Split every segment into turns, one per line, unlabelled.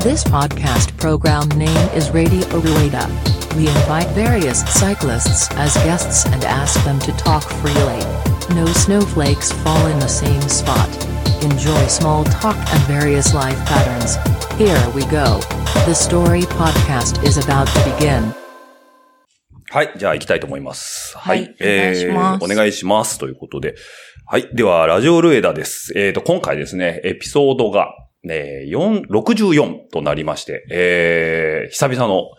This podcast program name is Radio Rueda. We invite various cyclists as guests and ask them to talk freely. No snowflakes fall in the same spot. Enjoy small talk and various life patterns. Here we go. The story podcast is about to begin.
はい。じゃあ行きたいと思います。
はいお願いします
えーお願いします。ということで。はい。では、ラジオルエダです。えっ、と、今回ですね、エピソードが、えー、4 64となりまして、えー、久々の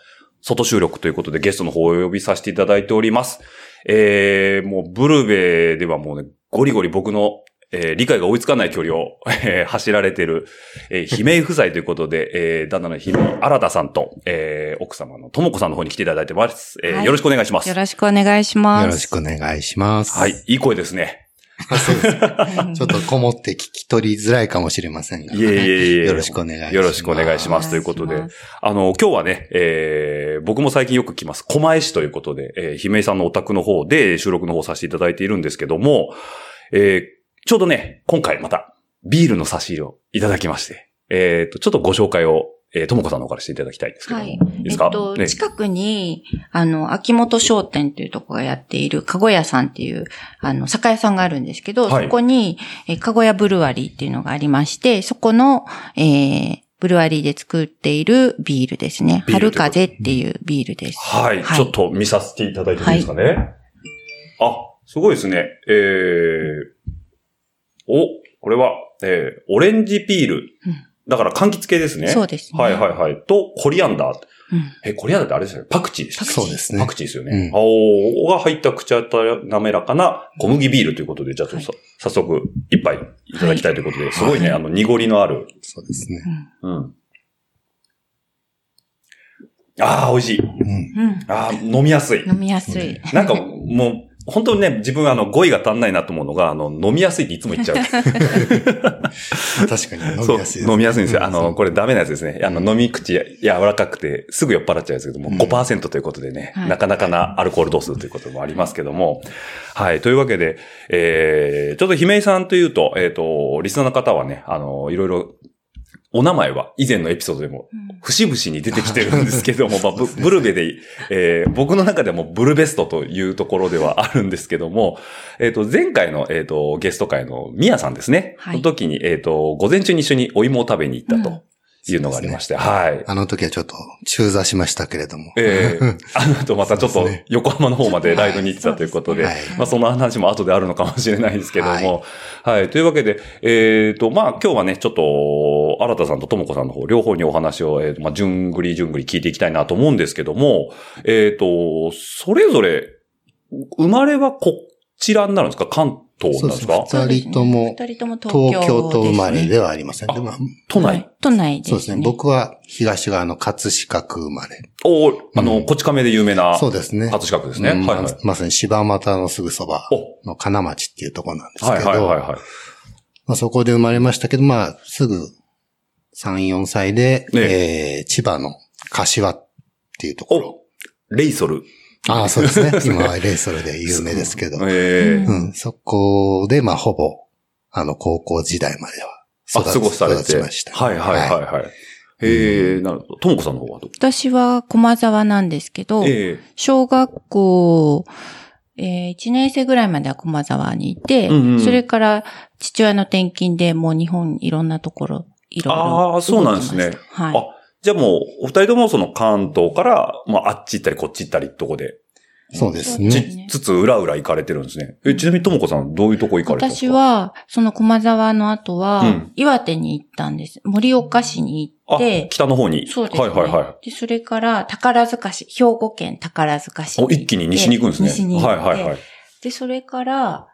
外収録ということでゲストの方をお呼びさせていただいております。えー、もうブルベではもうね、ゴリゴリ僕の、えー理解が追いつかない距離を、えー走られてる、えー、姫井夫妻ということで、えー、旦那の姫井新田さんと、えー、奥様の智子さんの方に来ていただいてます。えー
はい
よろしくお願いします。
よろしくお願いします。
よろしくお願いします。
はい、いい声ですね。
あ。そうですね
うん。
ちょっとこもって聞き取りづらいかもしれませんが。
いえいえいえ。
よろしくお願いします。
よろしくお願いしますということで、あの、今日はね、えー、僕も最近よく来ます、狛江市ということで、えー、姫井さんのお宅の方で収録の方させていただいているんですけども、えー、ちょうどね、今回また、ビールの差し入れをいただきまして、えーと、ちょっとご紹介を、えー、ともこさんの方からしていただきたいんですけども。
はい。
いで
え
す
っ
か
と、
ね
近くに、あの、秋元商店というところがやっている、かご屋さんっていう、あの、酒屋さんがあるんですけど、
はい
そこに、えかごやブルワリーっていうのがありまして、そこの、えーブルワリーで作っているビールですね。
ビール
春
ということ
風っていうビールです。
はい、
はい
ちょっと見させていただいてもいいですかね。あ、すごいですね。えー、お、これは、えー、オレンジピール。
うん
だから柑橘系ですね。
そうですね
はいはいはい。と、コリアンダー。
うん
え、コリアンダーってあれですよね。パクチーですよね
そうです
パ
ね
ク。チーですよね。
うん
あおが入った口当たり滑らかな小麦ビールということで、じゃあちょっとさ早速一杯いただきたいということで、すごいね、あの、濁りのある。
そうですね。
うん。ああ、美味しい。
うん。
うん。
ああ、飲みやすい。
飲みやすい。
なんかもう、本当にね、自分あの、語彙が足んないなと思うのが、あの、飲みやすいっていつも言 っちゃう。
確かに飲みやすい
そう飲みやすいんですよ。
うん
あの、これダメなやつですね。あの、飲み口や柔らかくて、すぐ酔っ払っちゃうやつけども、
うん
5%ということでね、
はい
なかなかなアルコール度数ということもありますけども。はい。というわけで、えー、ちょっと姫井さんというと、えっ、と、リスナーの方はね、あの、いろいろ、お名前は以前のエピソードでも
うん
節々に出てきてるんですけども、まあ、ブブルベで、えー僕の中ではもうブルベストというところではあるんですけども、えっ、と、前回の、えっ、と、ゲスト会のミヤさんですね。
はい
の時に、えっ、と、午前中に一緒にお芋を食べに行ったというのがありまして、はい。
あの時はちょっと中座しましたけれども。
ええあの後またちょっ
そう
と
ですね
横浜の方までライドに行ってたということで、
はい
まあその話も後であるのかもしれないですけども、はい。というわけで、えっ、と、まあ今日はね、ちょっと、新田さんとともこさんの方、両方にお話を、えーと、まあ、じゅんぐりじゅんぐり聞いていきたいなと思うんですけども、えっ、と、それぞれ、生まれはこちらになるんですか関東なんですか
そうそう二人とも
二人とも東京
東京と生まれ
すね
ではありません。
あ
でも
都内、
はい都内です
そ
ね。
うですね。僕は東側の葛飾区生まれ。
おーあの、
うん
こち亀で有名な、
そうですね。
葛飾区ですね。
うん
はいは
ま
い。
まさに柴又のすぐそば
お
の金町っていうところなんです
はい
け
はいはい
ど、
はい。
まあ、そこで生まれましたけど、まあ、すぐ3、4歳で、
ね
えー千葉の柏っていうところ。
おレイソル。
ああ、そうですね。 今はレイソルで有名ですけど。
ええ
う
うん、そこで、まあ、ほぼ、あの、高校時代までは
あ、
育ち
過ごされて。
育ちました。
はいはいはいはい。ええなるほど。ともこさんの方はどう
私は駒沢なんですけど、
え
小学校、え1年生ぐらいまでは駒沢にいて、
うんうん
それから父親の転勤でもう日本いろんなところ、いろいろ
あーそうなんですね
動きましたは
え
い。
あ、じゃあもう、お二人ともその関東から、まあ、あっち行ったりこっち行ったりってとこで、
そうですね。
ちつつ裏裏行かれてるんですね。え、ちなみにともこさん、どういうとこ行かれたんですか
私、は、その駒沢の後は、
うん
岩手に行ったんです。盛岡市に行
あ
って、、
北の方に。
そうですね。
はいはいはい。
で、それから宝塚市、兵庫県宝塚市に行
お、
って。
一気に西に行くんですね。
西に行っ
は
て
いはいはい。
で、それから、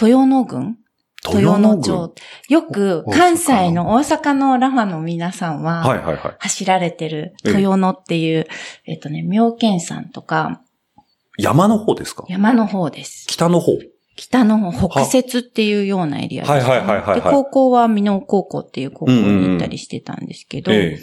豊野郡豊野町。よく
お大阪の
関西の大阪のラファの皆さん
はい
は、
はいはい。
走られてる
ええ
豊野っていう、えっとね、妙見山とか
山の方ですか
山の方です。
北の方。
北の方、北節っていうようなエリアです、
はいはいはいはいはい
で、高校は美濃高校っていう高校に行ったりしてたんですけど、
え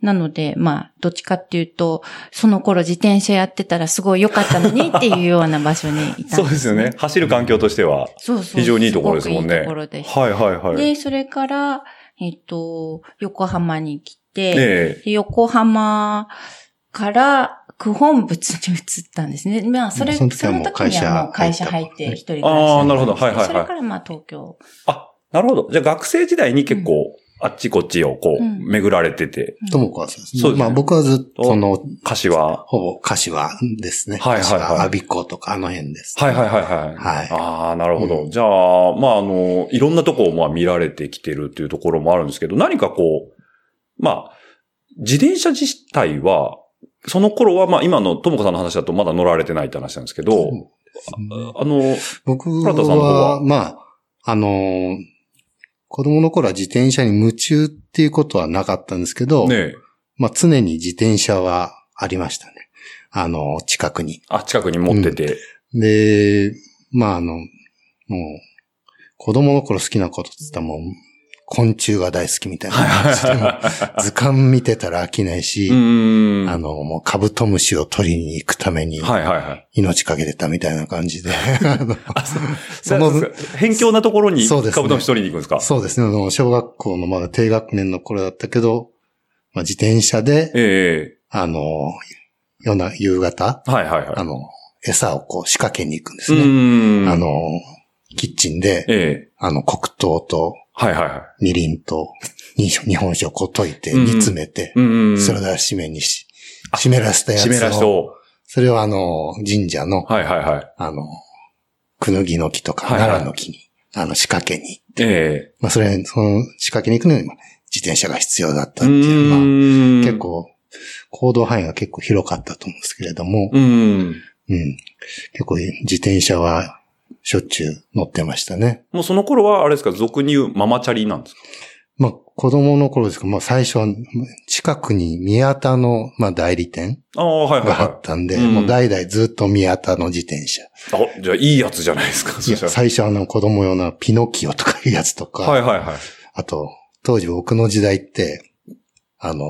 なので、まあ、どっちかっていうと、その頃自転車やってたらすごい良かったのにっていうような場所にい
え
たんです、
そうですよね。。走る環境としては。
そうそう
非常にいいところですもんね
ごくいいところでした
はいはいはい。
で、それから、えっと、横浜に来って、
え
で横浜から区本部に移ったんですね。まあ、それ、
そ
そ
の
の
時はもう
時にはもう
会
会
社
社
入
入
っ
ってて、一人暮
え。
らし
ああ、
に
な
な
る
る
ほど。はいはい
それ
は
か
い。
らまあ、東京。
あ、なるほど。じゃあ学生時代に結構、あっちこっちをこう、
うん
巡られてて、
ともこはそうですね。
そうですね
まあ僕はずっと、
お
その、
柏。は
ほぼ柏ですね。
はいはいはい
柏、阿鼻子とかあの辺です。
いはいはいはい。
はい
ああ、なるほど。
うん
じゃあ、まああの、いろんなとこをまあ見られてきてるっていうところもあるんですけど、何かこう、まあ、自転車自体は、その頃はまあ今のともこさんの話だとまだ乗られてないって話なんですけど、
そうですね
あの、
僕
倉田さんの方
は、
は
まあ、あのー子供の頃は自転車に夢中っていうことはなかったんですけど、
ねえ、
まあ常に自転車はありましたね。あのー近くに。
あ、近くに持ってて、
で、まああの、もう、子供の頃好きなことって言ったらもう、昆虫が大好きみたいな感じで、もう 図鑑見てたら飽きないし、
うーん。
あ、の、もうカブトムシを取りに行くために、
はいはいはい。
命かけてたみたいな感じで。 あのその
そうですか辺境なところに
そうですね
カブトムシ取りに行くんですか
そうですね。あの小学校のまだ低学年の頃だったけど、まあ、自転車で、
え
あの、夜な、夕方、
えはいはいはい。
あの、餌をこう仕掛けに行くんで
う
すね。
ーん。
あの、キッチンで、
ええ
あの、黒糖と
はいはいはい。
みりんとに日本酒をこう溶いて、
うん
煮詰めて、
うんうんうん。
それを締めにし、湿らせたやつを。
湿らしと。
それをあの、神社の、
はいはいはい。
あの、くぬぎの木とか、
はいはい
奈良の木に、あの、仕掛けに。
え
まあ、それ、その、仕掛けに行くのに、まあ自転車が必要だっ
え
たっていう、まあ、
ーん
結。構、行動範囲が結構広かったと思うんですけれども、
うん。
うん。結構自転車はしょっちゅう乗ってましたね。
もうその頃は、あれですか、俗に言うママチャリなんですか
まあ子供の頃ですけど、まあ最初は近くに宮田の、まあ、代理店
ああ、はいはい
があ
は
ったんで、
うん
もう代々ずっと宮田の自転車。
い。あ、じゃあいいやつじゃないですか、
い
そ
や
したら
最初はあの子供用のピノキオとかいうやつとか、
はいはいはい。
あと当時僕の時代って、あの、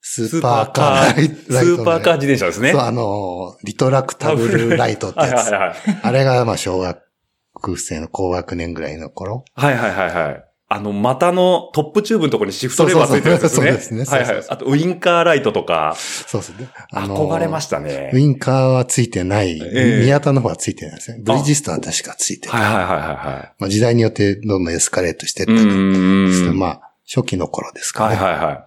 スーパーカーライ
スーパーカー自転車ですね。
そう、あの、リトラクタブルライトって
はい
や
は
つ
い。はい。
あれが、まあ、小学生の高学年ぐらいの頃。
はいはいはいはい。あの、股のトップチューブのところにシフトレバーついてるやつですね。
そうそうそうそうですね
はい
そう
は
そう
い。
そ
あと、ウインカーライトとか、
そうですね。
憧れま
し
したね。
ウィンカーはついてない。
ええ
宮田の方はついてないですね。ブリヂストンは確かついてる
はいはいはいはいはい。
まあ、時代によってどんどんエスカレートしてった
う
りして、
ーん。
まあ、初期の頃ですか
はい
ね。
はいは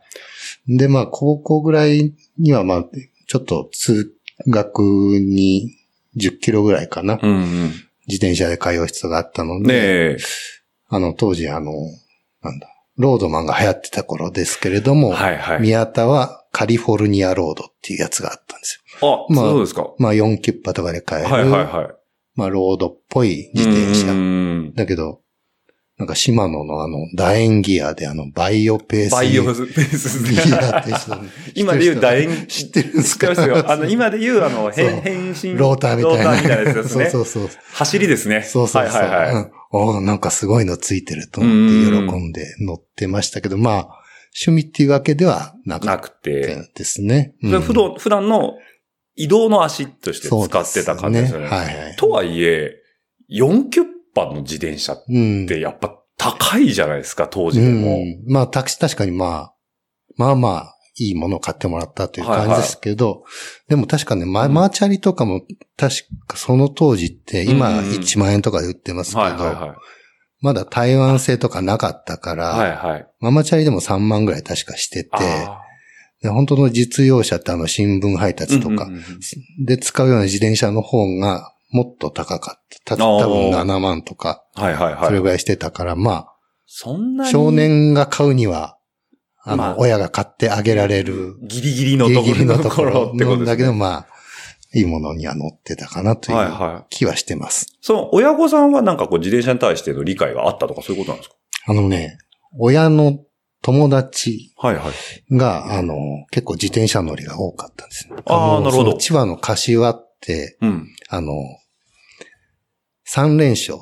で、まあ、高校ぐらいには、まあ、ちょっと通学に10キロぐらいかな。
い。うんうん。
自転車で通う必要があったので、
ねえ。
あの、当時、あの、なんだ、ロードマンが流行ってた頃ですけれども、
はいはい。
宮田はカリフォルニアロードっていうやつがあったんですよ。
あ、
まあ
そうですか。は
まあ4キュッパとかで買え
い
る、
はいは
まあロードっぽい
い。
自転
う
車。
ん
だけど、なんかシマノのあの楕円ギアであのバイオペース。
バイオペー ス
ギアって人
今で言う楕円
知ってるんです
知って
か
ますよ。あの、今で言う、あの、
そう
変、変身。
ローターみたい
ロー
な。
ターみたいなやつですね。
そうそうそう。
走りですね。
そうそうそう。
はいはいはい。
うんおーなんかすごいのついてると思って喜んで乗ってましたけど、まあ、趣味っていうわけではなか
な
っ
く
た
て。
ですね。
それ普段、普段の移動の足として使ってた感じですよね。
そうですはいはい。
とはいえ、4キュッパの自転車っ
うん
てやっぱ高いじゃないですか、当時でも。
うん、まあ、たく確かにまあ、まあまあ、いいものを買ってもらったという感じですけど、でも確かね、マ
うん
マーチャリとかも、確かその当時って、今
うんうん
1万円とかで売ってますけ
はいはい
ど、
はい。
まだ台湾製とかなかったから、
はいはい。
ママチャリでも3万ぐらい確かしてて、
あ
で本当の実用車ってあの新聞配達
ー
と
う
か
んうんうん
で使うような自転車の方がもっと高かった。た多分7万とか、
はいはいはい。
それぐらいしてたから、まあ、
そんなに。
少年が買うには、あの、
まあ
親が買ってあげられる、
ギリギリの
ギ
と
リ
こ
ギリ
ろの
のと
と
こ
ころ
ろ
ってこと
なん
です
だけ
ね。
ど、まあ、いいものには乗ってたかなとい
はいうはい。
気はしてます。
その親御さんはなんかこう自転車に対しての理解があったとかそういうことなんですか
あのね、親の友達
はいはい。
が、あの、結構自転車乗りが多かったんですね。
あー
の
なるほど
そう千葉の柏って、
うん。
あの、三連勝。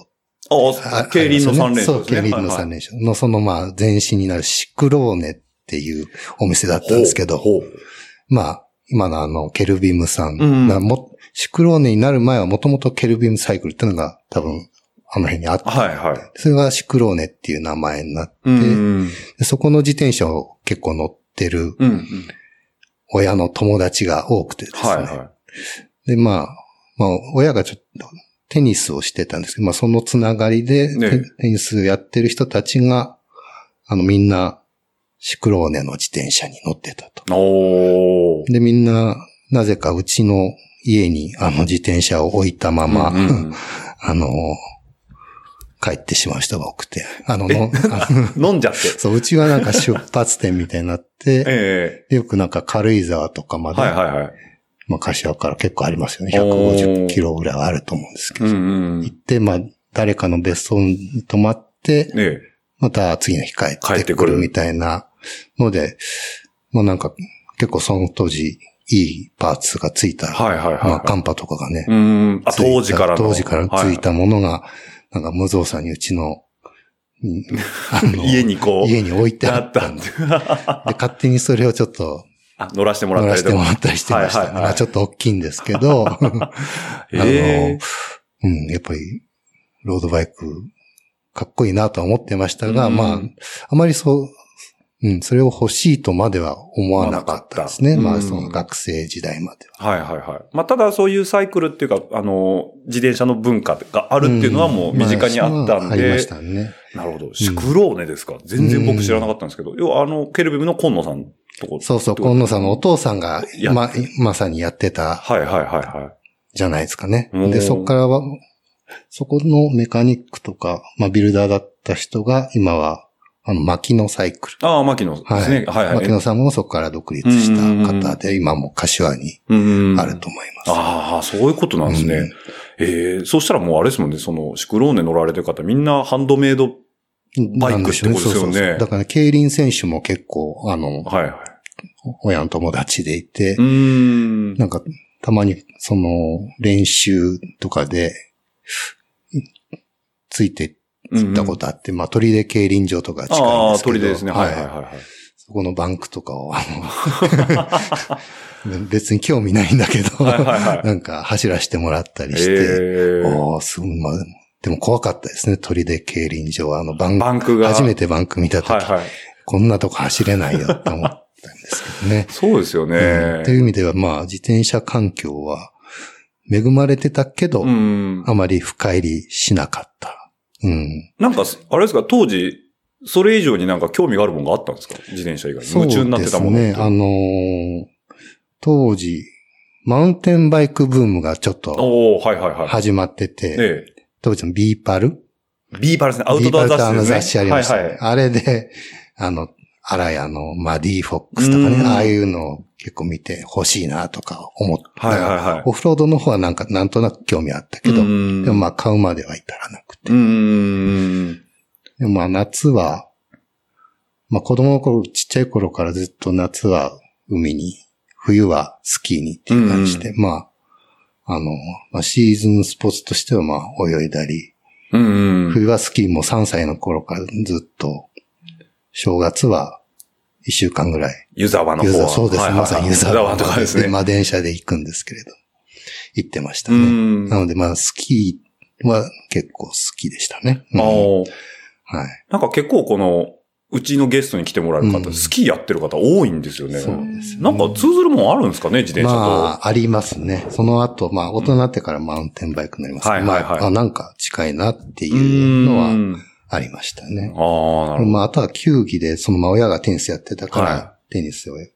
あ
あ
あ、競輪の3連勝
そう、
ですね。
競輪の三連勝の、その、まあ、前身になるシクローネっていうお店だったんですけど、
ほうほう
まあ、今のあの、ケルビムさん、
うん
まあもシクローネになる前はもともとケルビムサイクルってのが多分あの辺にあった。
はいはい。
それがシクローネっていう名前になっ
うんうん。
て、そこの自転車を結構乗ってる
うんうん。
親の友達が多くてですね。
はいは
で、まあ、まあ、親がちょっとテニスをしてたんですけど、まあ、そのつながりで、
ね
テテニスやってる人たちが、あの、みんな、シクローネの自転車に乗ってたと。
い。おー。
で、みんな、なぜかうちの家にあの自転車を置いたまま、
うんうん
あの、帰ってしまう人が多くて。あの、
え
のあの
飲んじゃ って。
そう、うちはなんか出発点みたいになって、
え
よくなんか軽井沢とかま
え
で、
はいはいはい。
まあ、柏から結構ありますよね。
おー
150キロぐらいはあると思うんですけど。
うんうん。
行って、まあ、誰かの別荘に泊まって、
ええ。
また次の日帰
帰っ
ってて
く
く
る
るみたいなので、まあなんか、結構その当時、いいパーツがついた、
はいはいはい。
まあ、カンパとかがね、
うん。あ、
ついた
当時からの。
当時からつい
は
たものが、なんか無造作にうちの、 うんあの
い。家にこう。
家に置いて
あ
あ
っ
ったた
ん
ん
で
で、。で勝手にそれをちょっと
あ乗らせてもら
乗
った
ら
り
せ
と
てもら
か。
ったりしてました。
はいはいはい
まあちょっと大きいんですけど、
え
あの、
え
うん、やっぱり、ロードバイク、かっこいいなとは思ってましたが、
うん
まあ、あまりそう、うん、それを欲しいとまでは思わなかったですね。
思わな
ま
かっ
あ、
た
そ
うん
の学生時代までは。
はいはいはい。まあ、ただそういうサイクルっていうか、あの、自転車の文化があるっていうのはもう身近にあったん
まあそういうのはあり
で
まし。たね。
なるほど。シクローネですか。全然僕知らなかったんですけど。要はあの、ケルビムの今野さんとこ。
そうそう、今野さんのお父さんが
や、っ
ま、まさにやってた
はいはいはいは
じゃないですかね。
うん
で、そこからは、そこのメカニックとか、まあ、ビルダーだった人が、今は、あの、薪のサイクル。
い。ああ、牧野ですね。はいはい。
牧野さんもそこから独立した方で、今も柏に
うん
あると思います。
ああ、そういうことなんですね。
うん
ええそうしたらもうあれですもんね、その、シクローネ乗られてる方、みんなハンドメイド、バイクってことですよね
なんしょうそうそうそうだから、競輪選手も結構、あの、
はいはい。
親の友達でいて
う、ーん。
なんか、たまに、その、練習とかで、ついて行ったことあって、まあ、鳥で競輪場とか
あ
近いん
あ
で
ー、
すけど。
鳥でですね。はいはいはいはい。
そこのバンクとかを、あの、 別に興味ないんだけど、
はいはいはい
なんか走らせてもらったりして、
ええ
ああ、すごい。まあでも、でも怖かったですね。鳥で競輪場は、あの、バンク、
バンクが。
初めてバンク見たとき、
はいはい。。
こんなとこ走れないよって思ったんですけどね
そうですよね。
うんという意味では、まあ、自転車環境は恵まれてたけど、
うん
あまり深入りしなかった。うん。
なんか、あれですか、当時、それ以上になんか興味があるものがあったんですか自転車以外に。夢中になってたもの
そ
っ
うで
て。
すね。あのー当時、マウンテンバイクブームがちょっと
おおはいはいはい。
始まってて、
え
当時のビーパル
え。ビーパルですね。アウトドア雑誌ですね。
ビーバルターの雑誌ありましたね。
はいはい。
あれで、あの、あらやの、まあ、D フォックスとか
うん
ね、ああいうのを結構見てほしいなとか思って、
はいはいはい。
オフロードの方はなんか、なんとなく興味あったけど、
う
で
ん
もまあ、買うまでは至らなくて。
うん。
でもまあ、夏は、まあ、子供の頃、ちっちゃい頃からずっと夏は海に、冬はスキーにっていう感じで、まあ、あの、まあ、シーズンスポーツとしてはまあ、泳いだり、
うん。
冬はスキーも3歳の頃からずっと、正月は1週間ぐらい。
湯沢の
湯
方
沢
は。
そうです
はい
ね。
はい
まさに湯
湯
沢
とかですね。
まあ電車で行くんですけれど、行ってました
う
ね。
ん。
な
あ
のでまあスキーは結構好きでしたね。うん
ー
はい。
なんか結構この、うちのゲストに来てもらえる方、
うん
スキーやってる方多いんですよね。
そうですよね
なんか通ずるもんあるんですかね、自転車と。
まあ、ありますね。その後、まあ、大人になってからマウンテンバイクになりますけど
はいはいはい
まああ、なんか近いなって
う
いうんのはありましたね。
ああ、なるほ
まあ、あとは球技で、その、まあ、親がテニスやってたから、
は
テニスをや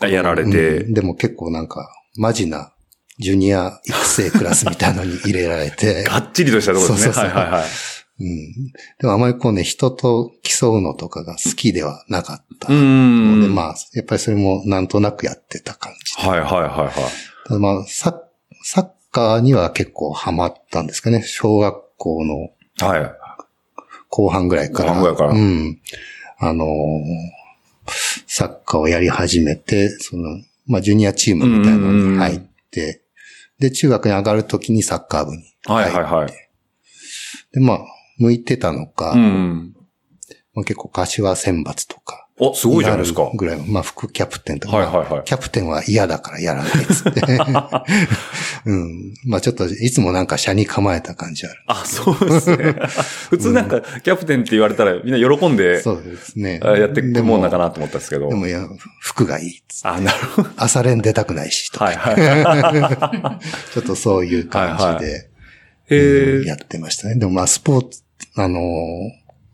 ど。やられて
うん。でも結構なんか、マジな、ジュニア育成クラスみたい のに入れられて、
がっちりとしたところですね。
そうそうそう
はいはいはい。
うん。でもあまりこうね、人と競うのとかが好きではなかった。
う
で
ん。
まあ、やっぱりそれもなんとなくやってた感じ。
はいはいはいはい。
ただまあ、サッサッカーには結構ハマったんですかね。小学校の
はい。
後半ぐらいから。
後半ぐらいから
うん。あのーサッカーをやり始めて、その、まあ、ジュニアチームみたいなのに入って、で、中学に上がるときにサッカー部に。
はいはいはい。
で、まあ、向いてたのか、
うん。
まあ、結構柏選抜とか、
お、すごいじゃないですか。
なるぐらいの。まあ、副キャプテンとか。
はいはいはい
キャプテンは嫌だからやらないっつ って。うん。まあ、ちょっと、いつもなんか、車に構えた感じある。
あ、そうです ね。普通なんか、キャプテンって言われたらみんな喜んで、
そうですね。
あやっていくもんなんか
な。
なと思ったんですけど
で。も、いや、服がいいっつって。
あ、なるほど。
朝練出たくないし、と
はいはい。
ちょっとそういう感じで。
はいはえ
やってましたね。でもまあスポーツ、あのー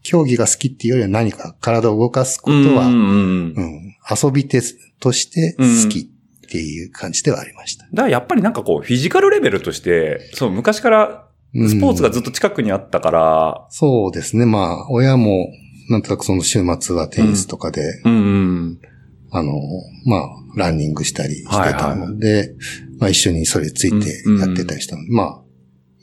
競技が好きっていうよりは何か体を動かすことは、
う
うんん
うんうん
遊び手として好きっていう感じではありました。
だからやっぱりなんかこう、フィジカルレベルとして、そう、昔から
うん
スポーツがずっと近くにあったから、
そうですね。まあ、親も、なんとなくその週末はテニスとかで、
うんうん。
あのーまあ、ランニングしたりしてたので、まあ一緒にそれついてやってたりしたので、まあ、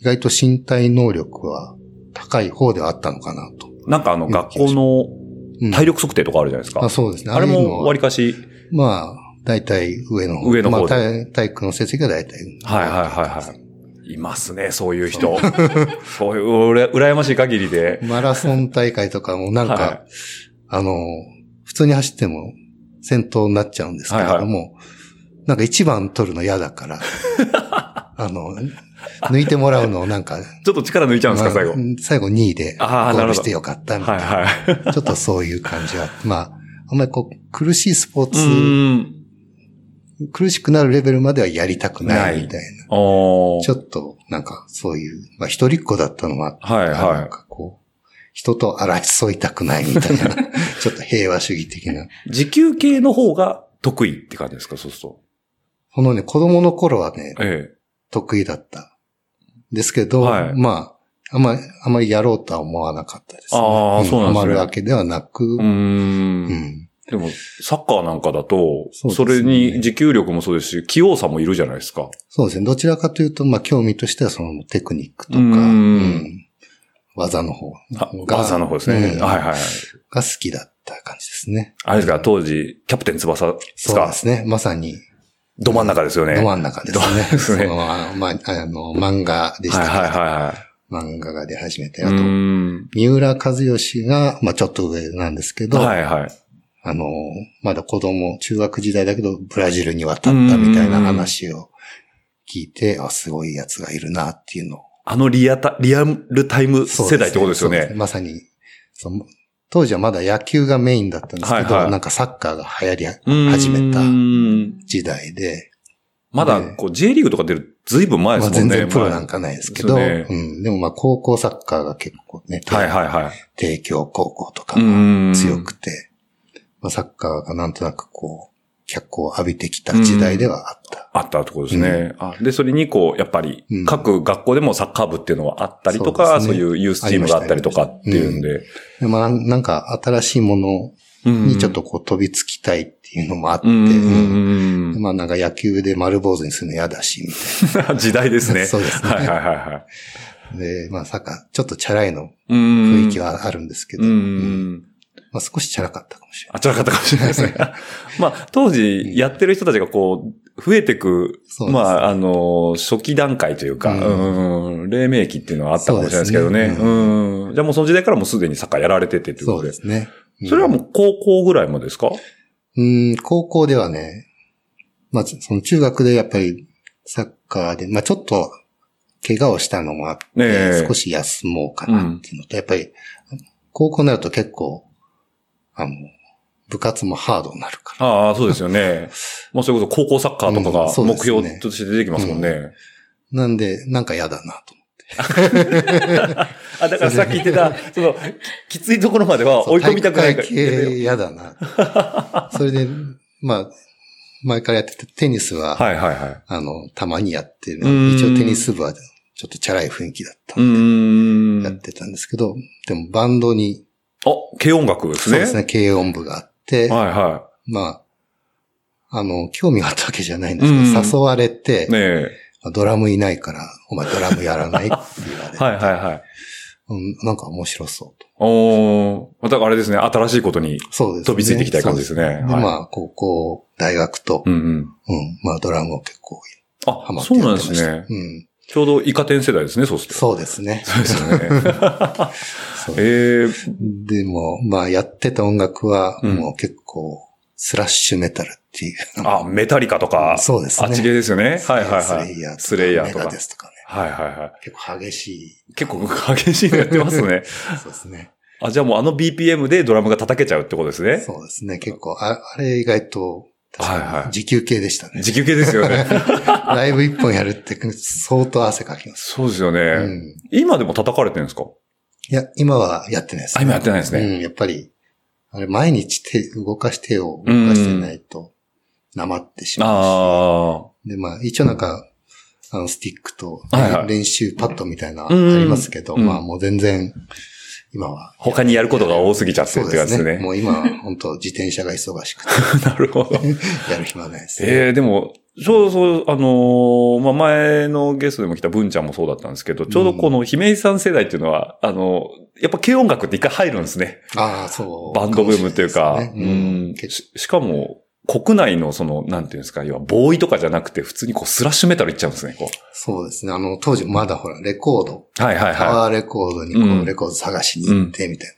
意外と身体能力は高い方ではあったのかなと。
なんかあの、学校
うん
の体力測定とかあるじゃないですか。
あそうですね。
あれ
ああいうの
も
は
割かし、
まあ、大体上の方。
上の方
まあ、
で
体体育の成績が大体。
はいはいはいはい。いますね、そういう 人。そういう、うら羨ましい限りで。
マラソン大会とかもなんか、
はい
あの、普通に走っても先頭になっちゃうんですけれども、なんか一番取るの嫌 だから、あの、抜いてもらうのをなんか、
ちょっと力抜いちゃうんですか、最後。
まあ最後2位でゴ
あーなるほど
ールしてよかったみた
はいい
な。
はい。
ちょっとそういう感じは。まあ、あんまりこう、苦しいスポー
う
ツ、
ーん。
苦しくなるレベルまではやりたくないみたいな。
お
ちょっと、なんか、そういう、まあ、一人っ子だったのは、
はいはい
なんかこう、人と争いたくないみた いな、ちょっと平和主義的な。
時給系の方が得意って感じですか、そうすると。
このね、子供の頃はね、
え
得意だった。ですけど、
はい
まあ、あんまり、あんまりやろうとは思わなかったです、ね。
あーそうなんですね
ハマるわけではなく、
え。うー。
うんん
でも、サッカーなんかだと、
そうです
そ
ね
れに持久力もそうですし、器用さもいるじゃないですか。
そうですね。どちらかというと、まあ、興味としてはそのテクニックとか、
うん
うん技の方
あ
が
ガーサーの方ですね。
うん
はいはい。
が好きだった感じですね。
あれですか、当時、キャプテン翼です
そう
か
ですね。まさに、
ど真ん中ですよね。
ど真ん中ですね。
すね
そのあのまあ、あの、漫画でした
はい
けど、
はいはいはい。
漫画が出始めて、あ
う
と、
ん。
三浦和義が、まあちょっと上なんですけど、
はいはい。
あの、まだ子供、中学時代だけど、ブラジルに渡ったみたいな話を聞いて、あ、すごいやつがいるなっていうのを。
あのリアタ、リアルタイム
そう
世代ってことですよ
そう
ね。
まさに、その当時はまだ野球がメインだったんですけど、
はいはい
なんかサッカーが流行り
うん
始めた
うん
時代で、
まだ、こう、J リーグとか出る、ずいぶん前で
まあ
すもん
全
ね。
然プロなんかないですけど、
ですよ
うん、でもまあ高校サッカーが結構ね、
はいはいはい。
帝京高校とか
うん
が強くて、まあ、サッカーがなんとなくこう、脚光を浴びてきた時代ではあった。
あったところですね。あで、それに、こう、やっぱり
う、ん
各学校でもサッカー部っていうのはあったりとか、
そ
そうう
ですね
いうユースチームがあったりとかっていうんで。
でまあ、なんなんか新しいものにちょっとこう飛びつきたいっていうのもあって、うん
うん。
まあなんか野球で丸坊主にするの嫌だし、み た
時代ですね。
そうですね
はいはいはいはい。
いな。で、まあサッカー、ちょっとチャラいの
雰
雰囲気。はあるんですけど、
う
うん
ん。
まあ少しチャラかったかもしれない。
あちらかったかもしれないですね。 まあ、当時、やってる人たちがこう、増えてく、
そうですね
まあ、あの、初期段階というか、
う
うん、黎明期っていうのはあったかもしれないですけどね。う、
そうですねうん
じゃあもうその時代からもうすでにサッカーやられててというこ
そう
とで。
ですね。うん
それはもう高校ぐらいまでですか
うん、高校ではね、まあ、その中学でやっぱりサッカーで、まあちょっと怪我をしたのもあって、
ええ
少し休もうかなっていうのと、やっぱり高校になると結構、あの、部活もハードになるから。
ああ、そうですよ ね。まあ、それこそ高校サッカーとか
うん
が
そう
目
ですね
標として出てきますもんね。
なんで、なんか嫌だなと。
あ、だからさっき言って た、その、ききついところまでは追い込みたくない
体
から
育。会系嫌だな。 それで、まあ、前からやっててテニスは、
はいはいはい。
あの、たまにやってる
うん。
一応テニス部はちょっとチャラい雰囲気だった
う。ー
やっ
ん。
てたんですけど、でもバンドに
あ、軽音楽です
そう
ね。
ですね、軽音部があって、
はいは
まあ、あの、興味があったわけじゃないんです
うん
けど、誘われて、
い。ねえ。
ドラムいないから、お前ドラムやらないって 言われて、
はいはいはい。
うんなんか面白そうと。
おーまたあれですね、新しいことに
そうですね。
飛びついていきたい感じです
ね。
ね。
で、
はい、
まあ、高校、大学と
う、んうん。
うん、まあ、ドラムを結構
あ
ハマ、って
そう
や
なん
っ
で
て
す
ました。
ね。
うん。
ちょうどイカ天世代ですね、そうすると。
そうですね。
そうですよね。
そ う
ええ
でも、まあやってた音楽は、
うん
もう結構、スラッシュメタルっていう。
あ、メタリカとか。
そうです
あ
ね。
っち系ですよね。はいはいはい。
スレイヤーとか。
スレイヤーと
メ
か
ガデ。スとかね。
はいはいは
結構激し
い。結構激しいのやってます ね。
い。そうですね。
あ、じゃあもうあの BPM でドラムが叩けちゃうってことですね。
そうですね。結構、ああれ意外と、
はいはい
時給系でしたね。
時給系ですよね。
ライブ一本やるって相当汗かきます。
そうですよね。
うん。
今でも叩かれてるんですか
いや、今はやってないです、
あ、今やってないですね。
うん、やっぱり、あれ、毎日手、動かしてを動かしてないと、なまってしまう
あ
し。で、まあ、一応なんか、あの、スティックと、
はいはい
練習パッドみたいな、あ
うん
りますけど、
うん
まあ、もう全然、今は
あ、。他にやることが多すぎちゃって
そ
るっ
う
て
で
やつですす
ね。
ね。
もう今は、本当自転車が忙しく て、
なる ほど。
やる暇ないです、ね。
ええでも、ちょうどそう、あのーまあ、前のゲストでも来た文ちゃんもそうだったんですけど、ちょうどこの姫井さん世代っていうのは、あのやっぱ軽音楽って一回入るんですね。
ああ、そう。
バンドブームっていうか。
もし
う
れないですねうんん。結
ししかも、国内のその、なんていうんですか、要はボーイとかじゃなくて、普通にこうスラッシュメタルいっちゃうんですね、こう。
そうですね。あの、当時まだほら、レコード、
はいはい
パ
は
ワーレコードに
う
こ
ん
う、レコード探しに行って、みたい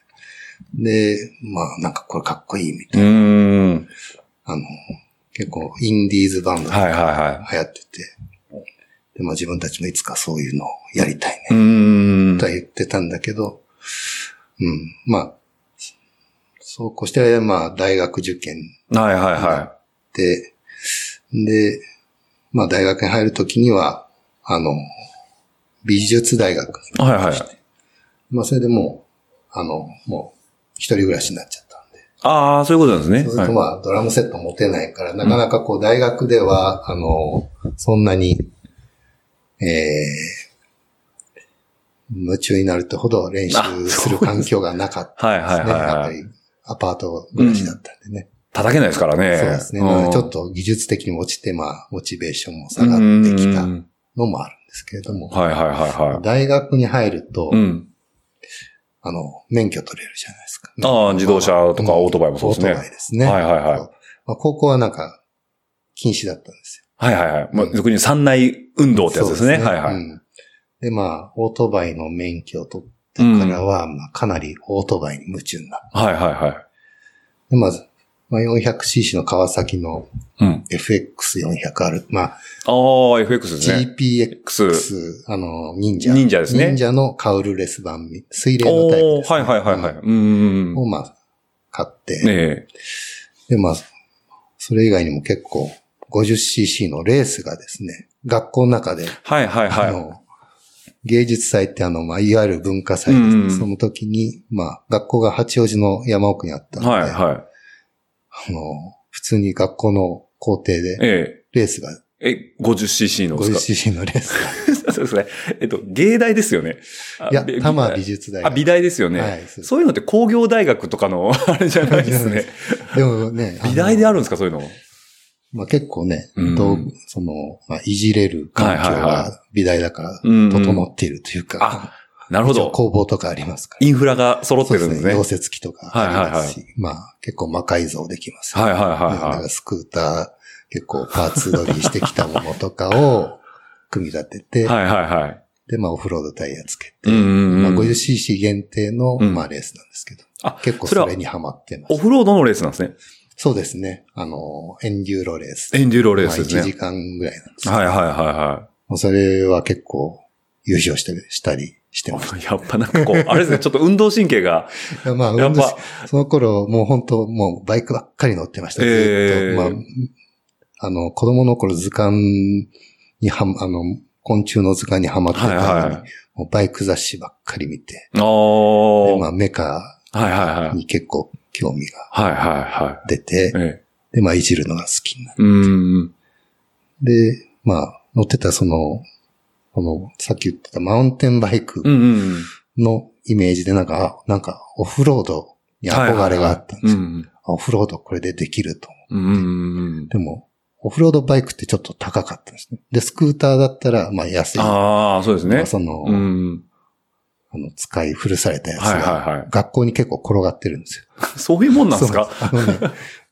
な。で、まあ、なんかこれかっこいい、みたいな。
い。うーん。
あの、結構、インディーズバンドが
はいはいは
流行ってて、でまあ自分たちもいつかそういうのをやりたいね、
い。うーん
と。は言ってたんだけど、うん、まあ、そうこうして、まあ、大学受験
はいはいは
で、で、まあ、大学に入るときには、あの、美術大学に
い。はいはい。
まあ、それでもう、あの、もう、一人暮らしになっちゃったんで、
ああ、そういうことなんです
そ
ね。
うする
はい
とまあ、ドラムセット持てないから、なかなかこう、大学では、あの、そんなに、えー、夢中になるってほど練習する環境がなかった
はいはい
ですね。やっ
は
ぱ
いはい。
り、アパート暮らしだったんでね。
叩けないですからね。
そうですね。
ん
なのでちょっと技術的にも落ちて、まあ、モチベーションも下がってきた
うん
のもあるんですけれども、
はいはいはいはい。
大学に入ると、
うん。
あの、免許取れるじゃないですか。
ああ、自動車とか
うん
オートバイもそうですね。
オートバイですね。
はいはいはい
そうまあ、高校はなんか、禁止だったんですよ。
はいはいはい。まあ、
うん
俗に三内運動ってやつですね。
そう
はいはい。
うんで、まあ、オートバイの免許を取ってからは、まあ、かなりオートバイに夢中になっ
はいはいはい。
て、まず、まあ、400cc の川崎の
うん。
FX400R、まあ、
ああ、FX ですね。
GPX、
X。
あの、忍者。
忍者ですね
忍者のカウルレス版、水冷のタイプ
おお
です
は
ね、
いはいはいはい。
う
うんん。
を、まあ、買っ
ね
て、
え。
で、まあ、それ以外にも結構、50cc のレースがですね、学校の中で、
はいはい
あ
は
の、芸術祭ってあの、まあ、いわゆる文化祭ですね、
うんうん
その時に、まあ、学校が八王子の山奥にあった
い。
ので、
はいは
あの、普通に学校の校庭
い。
で、
え
レースが、
え。え、50cc のです
50cc のレース
か そうですね。えっと、芸大ですよね。あ
が、いや、
で
多摩美術大
あ、
学。
美大ですよ
は
ね。
い、そう
そういうのって工業大学とかの、 あれじゃないですね。
でもね、
美大であ
あ
るんですか、そういうの。
のまあ、結構ね、
うん
どうその、まあ、いじれる環境
はいはいは
が美大だから、
うんうん
整っているというか、
あなるほ
一応
ど。
工房とかありますから。
インフラが揃ってるんですね。
溶
はい
接機とかありますし、まあ結構魔改造できますよ、
はいはい
なん
は
かスクーター結構パーツ取りしてきたものとかを 組み立てて、
い。はいはいはい。
でまあオフロードタイヤつけて、
うんうん
まあ、
うん。
50cc 限定の、
うん
まあレースなんですけど、
あ
結構
それ
そ
は
れにハマってま
オ
す。
フロードのレースなんですね。
そうですね。あの、エンデューロレース。
エンデューロレー
まあ
スですね。
1時間ぐらいなんですけど、
はいはいは
もうそれは結構優勝したりしたりして
い
ます。
はい。やっぱなんかこう、あれですね、ちょっと運動神経が、
いや まあ、
やっ
運動し
ぱ、
その頃、もう本当、もうバイクばっかり乗ってました。ずっと
ええ
まあ、あの、子供の頃図鑑にはま、あの、昆虫の図鑑にはまってたのに、
はいはい
もうバイク雑誌ばっかり見て、
あ
で
あ、
まあ、メカ
はいはいはい。
に結構興味が
はいはいは
出て
い。、ええ。
で、まあ、いじるのが好きになる。
うん。
で、まあ、乗ってたその、この、さっき言ってたマウンテンバイク
うんうん。
のイメージで、なんか、あなんか、オフロードに憧れがあったんですよ。
うん
あオフロードこれでできると思って
うん。うんうん。
でも、オフロードバイクってちょっと高かったんですね。で、スクーターだったら、まあ安い。
ああ、そうです
ま
ね
あ。その、
うん。
あの使い古されたやつ
はい
が、
はいは
学校に結構転がってるんですよ。
い。そういうもんなんです
そ
か
うあ のね、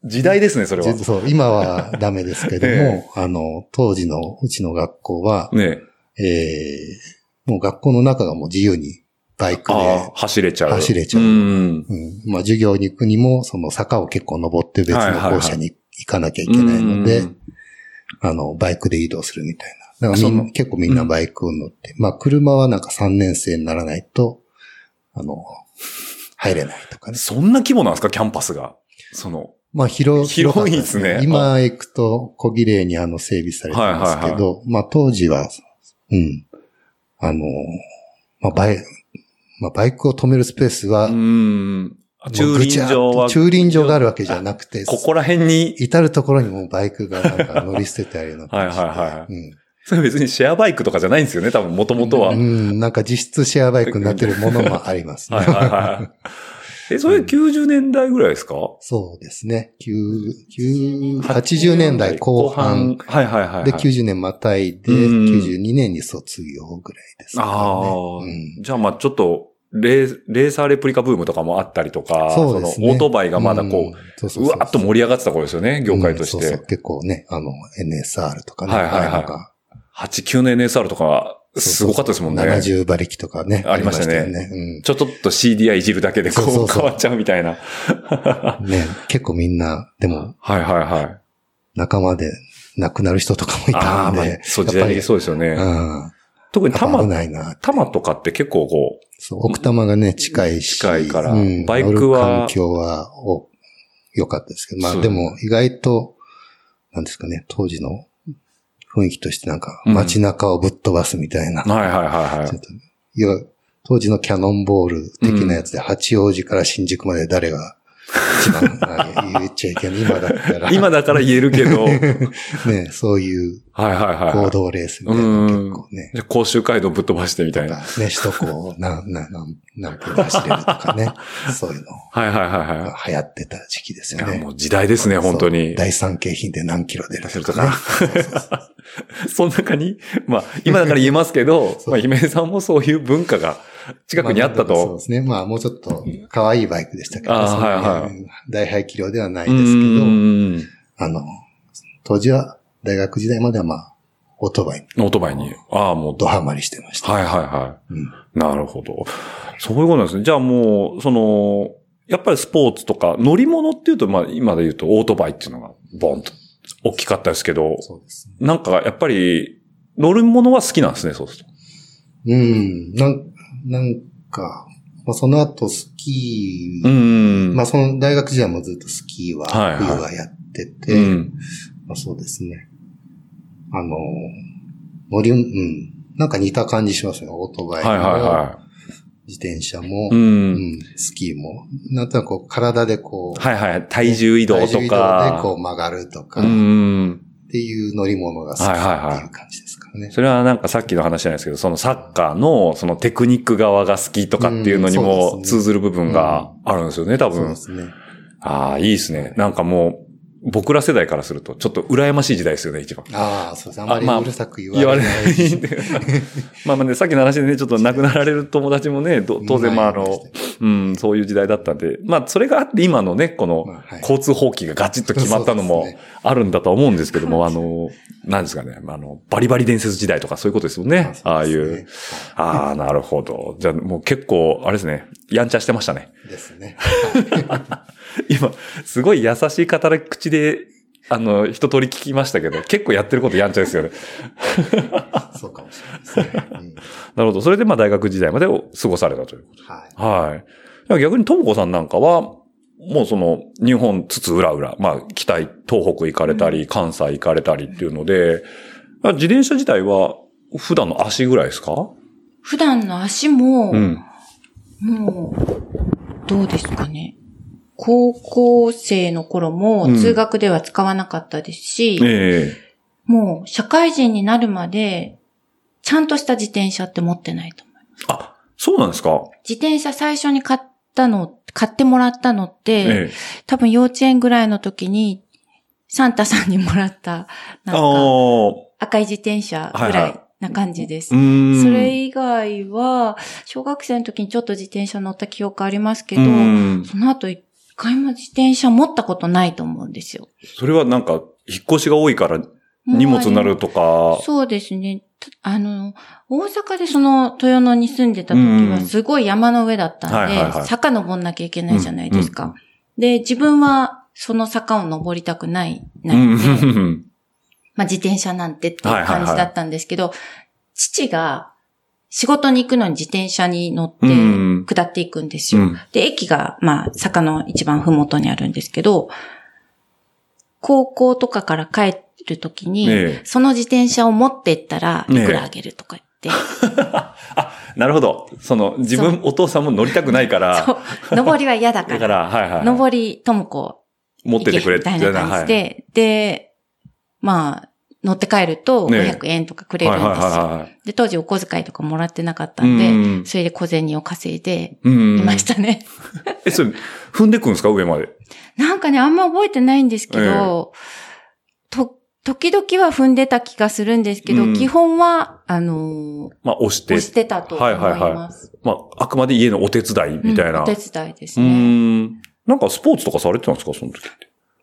時代ですね、それは。
実はそう、今はダメですけども、
え
あの、当時のうちの学校は、
ね
えーもう学校の中がもう自由にバイク
ああ
で、
走れちゃう。
走れちゃう
うん。
うん、まあ授業に行くにも、その坂を結構登って別
はいはい
の
はい
校舎に行かなきゃいけないので、
うん
あの、バイクで移動するみたいな。だからみ
そ
ん
の
な、結構みんなバイクを乗って、まあ車はなんか3年生にならないと、あの、入れないとかね。
そんな規模なんですか、キャンパスが。その、
まあ広、
広い
かった
ですね
今行くと小綺麗にあの整備されてますけど、
はいは
まあ当時は、うん、あの、まあバイ、まあバイクを止めるスペースは、もう
うん。駐
ぐちゃ
輪
っ
場
と
は、
駐輪場があるわけじゃなくて、
ここら辺に、
至るところにもうバイクがなんか乗り捨ててあるような感じで。
はいはいはいはい
うん
それ別にシェアバイクとかじゃないんですよね、多分、もともとは。
う
はい
ん、なんか実質シェアバイクになってるものもありますね。
はいはい。え、それ90年代ぐらいですか
そうですね。9 80年代後半。
はいはいはいはい。
で90年またいで
うん
92年に卒業ぐらいですかね。
ああ、
うん
じゃあまあちょっとレー、レーサーレプリカブームとかもあったりとか、
そうですね
のオートバイがまだこ
ん
う、
そう
うわーっと盛り上がってた頃ですよね、業界として。
うんそうそう結構ね、あの NSR とかね。
はいはいはい
ああうのが
89の NSR とか、すごかったですもんね。
70馬力とかね。
ありましたね
ありましたよね。
ちょっとっと CDI いじるだけでこう
そうそうそう
変わっちゃうみたいな。
うん。ね、結構みんな、でも
はいはいはい。
仲間で亡くなる人とかもい
あ
た
あ、
ん
まあ
で。、
そう、時
やっぱ
代
り
的にそうですよね。
うん。
特に
やっぱ危
玉、
ないな。
玉とかって結構こう、
そう、奥多摩がね、近いし。
近いから
うん
バイクは
乗る環境は、お、良かったですけど。ま
そ
あ
う
でも、意外と、なんですかね、当時の雰囲気としてなんか、
うん
街中をぶっ飛ばすみたいな。
はいはいはいは
ち
い
ょっ。といや当時のキャノンボール的なやつで、八王子から新宿まで誰が、一番、あ言っちゃいけない。今だった ら。
今だから言えるけ ど、はい
ね、そういう
はいはいは
行
い。
動レースみたいなの結構ね。
じゃあ甲州街道ぶっ飛ばしてみたいな。
ね、首都高を何、何、何、何分走れると かね。そういうの
はいはいはいはい。
が流行ってた時期ですよ
いや
ね
も。う時代ですね、本当
そう
に。
第三景品で何キロ出る
出せる
と
と
かね
か。その中に、まあ、今だから言えますけ ど、まあ、姫江さんもそういう文化が近くにあった
ま そう
と
で。すね。まあ、もうちょっと可愛いバイクでしたけど、
あー
そん
はい
な
はい
に大排気量ではないうですけど、
ん。
あの、当時は、大学時代まではまあ、オートバイに
オートバイに。ああ、もう、
ドハマりしてました。
はいはいは
うん
い。なるほど。そういうことなんですね。じゃあもう、その、やっぱりスポーツとか、乗り物っていうと、まあ、今で言うとオートバイっていうのが、ボンと、大きかったですけど、
そうですね。
なんか、やっぱり、乗るものは好きなんですね、そうすると。
うん。なん、なんか、まあ、その後スキー、
ん
まあ、その大学時代もずっとスキーは、
はいはい
冬はやってて、
うん。
まあ、そうですね。あの、乗り、うん。なんか似た感じしますね。オートバイも、
はいはいは
自転車も、
い。うん
うんスキーも。なんとなくこう体でこう、
はいはい。体重移動
体重
と
移動でこ
か。
う曲がるとか、
う
っ
ん。
ていう乗り物が好き
はいはいはい
っていう感じですからね。
それはなんかさっきの話じゃないですけど、そのサッカーのそのテクニック側が好きとかっていうのに
うんそ
も
うです
通
ね
ずる部分があるんですよね、多分。
そうですね。
ああ、いいですね。なんかもう、僕ら世代からすると、ちょっと羨ましい時代ですよね、一番。
ああ、そうです。あんまり
まあ
うるさく言
言
わ
わ
れ
れ
な。
ないい。 まあまあね、さっきの話でね、ちょっと亡くなられる友達もね、ど当然まああの、うん、そういう時代だったんで、まあそれがあって今のね、この
まあはい
交通法規がガチッと決まったの
そう
も
ですね
あるんだとは思うんですけども、あの、なんですかね、まああの、バリバリ伝説時代とかそういうことですよね。ああいう。。ああ、なるほど。じゃあもう結構、あれですね、やんちゃしてましたね。
ですね。
今、すごい優しい語り口で、あの、一通り聞きましたけど、結構やってることやんちゃですよね。
そうかもしれないですね。うん
なるほど。それでまあ大学時代までを過ごされたという。
はい。
はい。でも逆にともこさんなんかは、もうその、日本つつ裏裏、まあ、北い、東北行かれたり、関西行かれたりっていうので、自転車自体は、普段の足ぐらいですか
普段の足も、
うん。
もう、どうですかね。高校生の頃も
うん
通学では使わなかったですし、
え
もう社会人になるまで、ちゃんとした自転車って持ってないと思う。
えあ、そうなんですか
自転車最初に買ったの、買ってもらったのって、
ええ
多分幼稚園ぐらいの時に、サンタさんにもらった、なん
あ
か、
ー
赤い自転車ぐ
はいは
ら
い
いな感じです
う。ーん。
それ以外は、小学生の時にちょっと自転車乗った記憶ありますけど、
うーん
その後一回も自転車持ったことないと思うんですよ。
それはなんか、引っ越しが多いから、荷物になるとか。
そうですね。たあの、大阪でその豊野に住んでた時
うんう
は
ん
すごい山の上だったん
はいはいは
で
い、
坂登んなきゃいけないじゃないですか。で、自分はその坂を登りたくない、な
う
い
ん
ん
う
で、
ん
まあ自転車なんてっていう感じだったんですけど、父が仕事に行くのに自転車に乗って
うん
下っていくんです
う
よ。
ん。
で、駅が、まあ、坂の一番ふもとにあるんですけど、高校とかから帰ると きに、
ええ
その自転車を持ってったら、い
ねえ
くらあげると か言って、
なるほど。その、自分、お父さんも乗りたくないから、
そう、登りは嫌だか、
だからら、はいはい。
登り、ともこ、
持っててくれ
みたいな感じで、
は
で、まあ、乗って帰ると
ねえ
500円とかく
い
れるんですよ。
はいはいはい
で、当時お小遣いとかもらってなかった
うん
で、
ん
それで小銭を稼いで
うん。
いましたね。
え、それ、踏んでくんですか上まで。
なんかね、あんま覚えてないんですけど、と、時々は踏んでた気がするんですけど、
うん
基本は、あのー
まあ、押して
押、してたと思います。
はいはいまあ、あくまで家のお手伝いみたいな。
うんお
う
手伝いです
ー
ね。
ん。なんかスポーツとかされてたんですかその時って。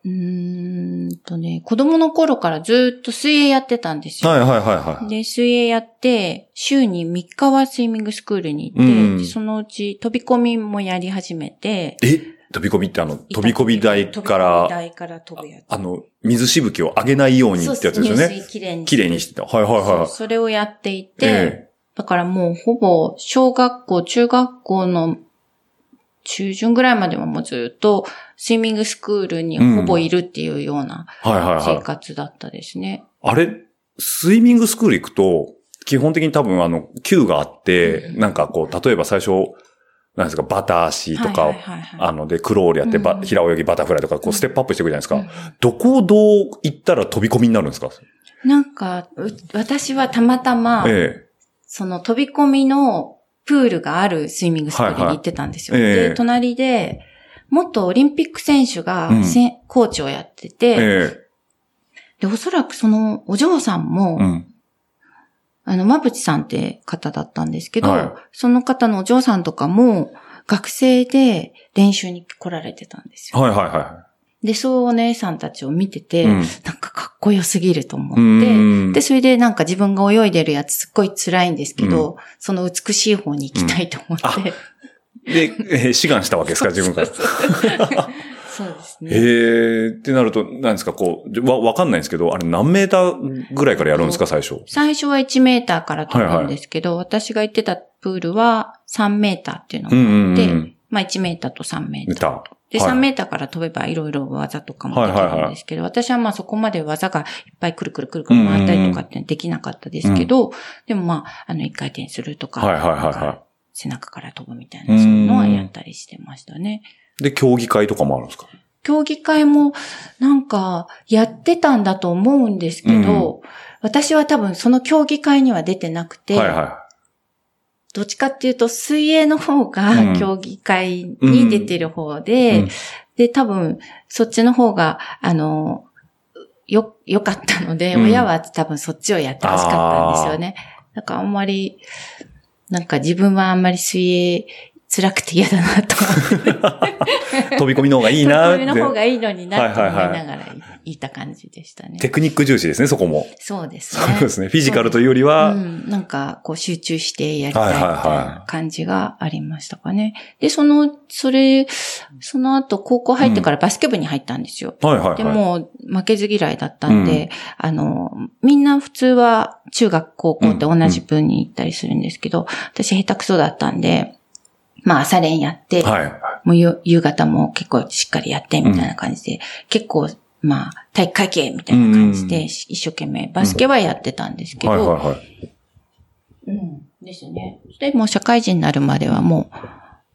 うーんとね、子供の頃からずっと水泳やってたんですよ。
はいはいはいはい。
で、水泳やって、週に3日はスイミングスクールに行って、
うん
でそのうち飛び込みもやり始めて、
え飛び込みってあの、飛び込み台か
飛び込
ら、
み台から飛ぶやつ。
あの、水しぶきを上げないようにってやつですよ
そう入
ね。
水きれいに
綺麗にしてた。はいはい
そう
は
それをやってい
い。
て、だからもうほぼ小学校、中学校の中旬ぐらいまではもうずっとスイミングスクールにほぼいるっていうような
はいはいはい
生。活だったですね。
あれ、スイミングスクール行くと、基本的に多分あの、球があって、
うん
なんかこう、例えば最初、なんですか、バタ足とか、
はいはいはいはい
あの、で、クロールやって、ば
うん
平泳ぎ、バタフライとか、こう、ステップアップしていくじゃないですか。
う
どこをどう行ったら飛び込みになるんですか
んなんか、う私はたまたま、
え
その飛び込みのプールがあるスイミングスクールに行ってたんですよ。
はいはいええ
で、隣で、元オリンピック選手がせん、コーチをやって
え。
て、
え
で、おそらくそのお嬢さんも、
え。うん。
あの、まぶちさんって方だったんですけど、
はい
その方のお嬢さんとかも、学生で練習に来られてたんですよ。
はいはいは
で、そうお姉さんたちを見てて、
い。うん。
なんかかっこよすぎると思
う
って、
ん
で、それでなんか自分が泳いでるやつすっごい辛いんですけど、その美しい方に行きたいと思って、
うんで、えー志願したわけですか、自分から。
そうです
え
ね。
えってなると、なんですか、こう、わ、わかんないんですけど、あれ何メーターぐらいからやるんですか、最初。
最初は1メーターから飛ぶんですけど、私が行ってたプールは3メーターっていうの
う
が、
んうんうん。
でまあ1メーターと3メーター
メー。タ
で、
はい
3メーターから飛べばいろいろ技とかもできるんですけど、私はまあそこまで技がいっぱいくるくるくるくる回ったりとかってできなかったですけど、でもまあ、あの、一回転するとか、
はいはいはいはい
なんか背中から飛ぶみたいな、そういうのはやったりしてましたね。
ー。で、競技会とかもあるんですか
競技会もなんかやってたんだと思うんですけど、私は多分その競技会には出てなくて、
はいは
どっちかっていうと水泳の方
うん
が競技会に出てる方
い。
で、
うん
で、多分、そっちの方が、あの、よ、良かったので、
うん
親は多分そっちをやってほしかったんですよね。なんかあんまり、なんか自分はあんまり水泳辛くて嫌だなと。
飛び込みの方がいいなっ
飛
て
び込みの方がいいのになと思い
はいはいはい
ながらいた感じでしたね。
テクニック重視ですね、そこも。
そうですね。
そうですね。フィジカルといううよりは、
ん、なんか、こう、集中してやりたいみたい
はいはいは
な感じがありましたかね。で、その、それ、その後、高校入ってからバスケ部に入ったんですよ。
はいはいはい。
で、も、負けず嫌いだったんで、あの、みんな普通は中学、高校って同じ部に行ったりするんですけど、私下手くそだったんで、まあ朝練やって、
はい。
もう夕夕方も結構しっかりやってみたいな感じで、結構、まあ、体育会系みたいな感じ
うん
で、し一生懸命バスケはやってたんですけど、
はいはいはい。
うん、ですね。で、もう社会人になるまではも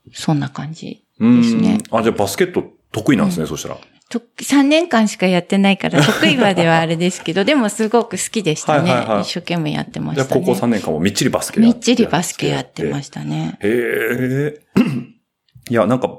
う、そんな感じ。
うん
ですね
あ、じゃあバスケット得意なんですね、そしたら。
と3年間しかやってないから、得意まではあれですけど、で もすごく好きでしたね。
はいはいはい
一生懸命やってま
じゃ
し
あ
たね。
高校3年間もみっちりバスケ
みっちりバスケやってま
し
したね。
た。へえ。いや、なんか、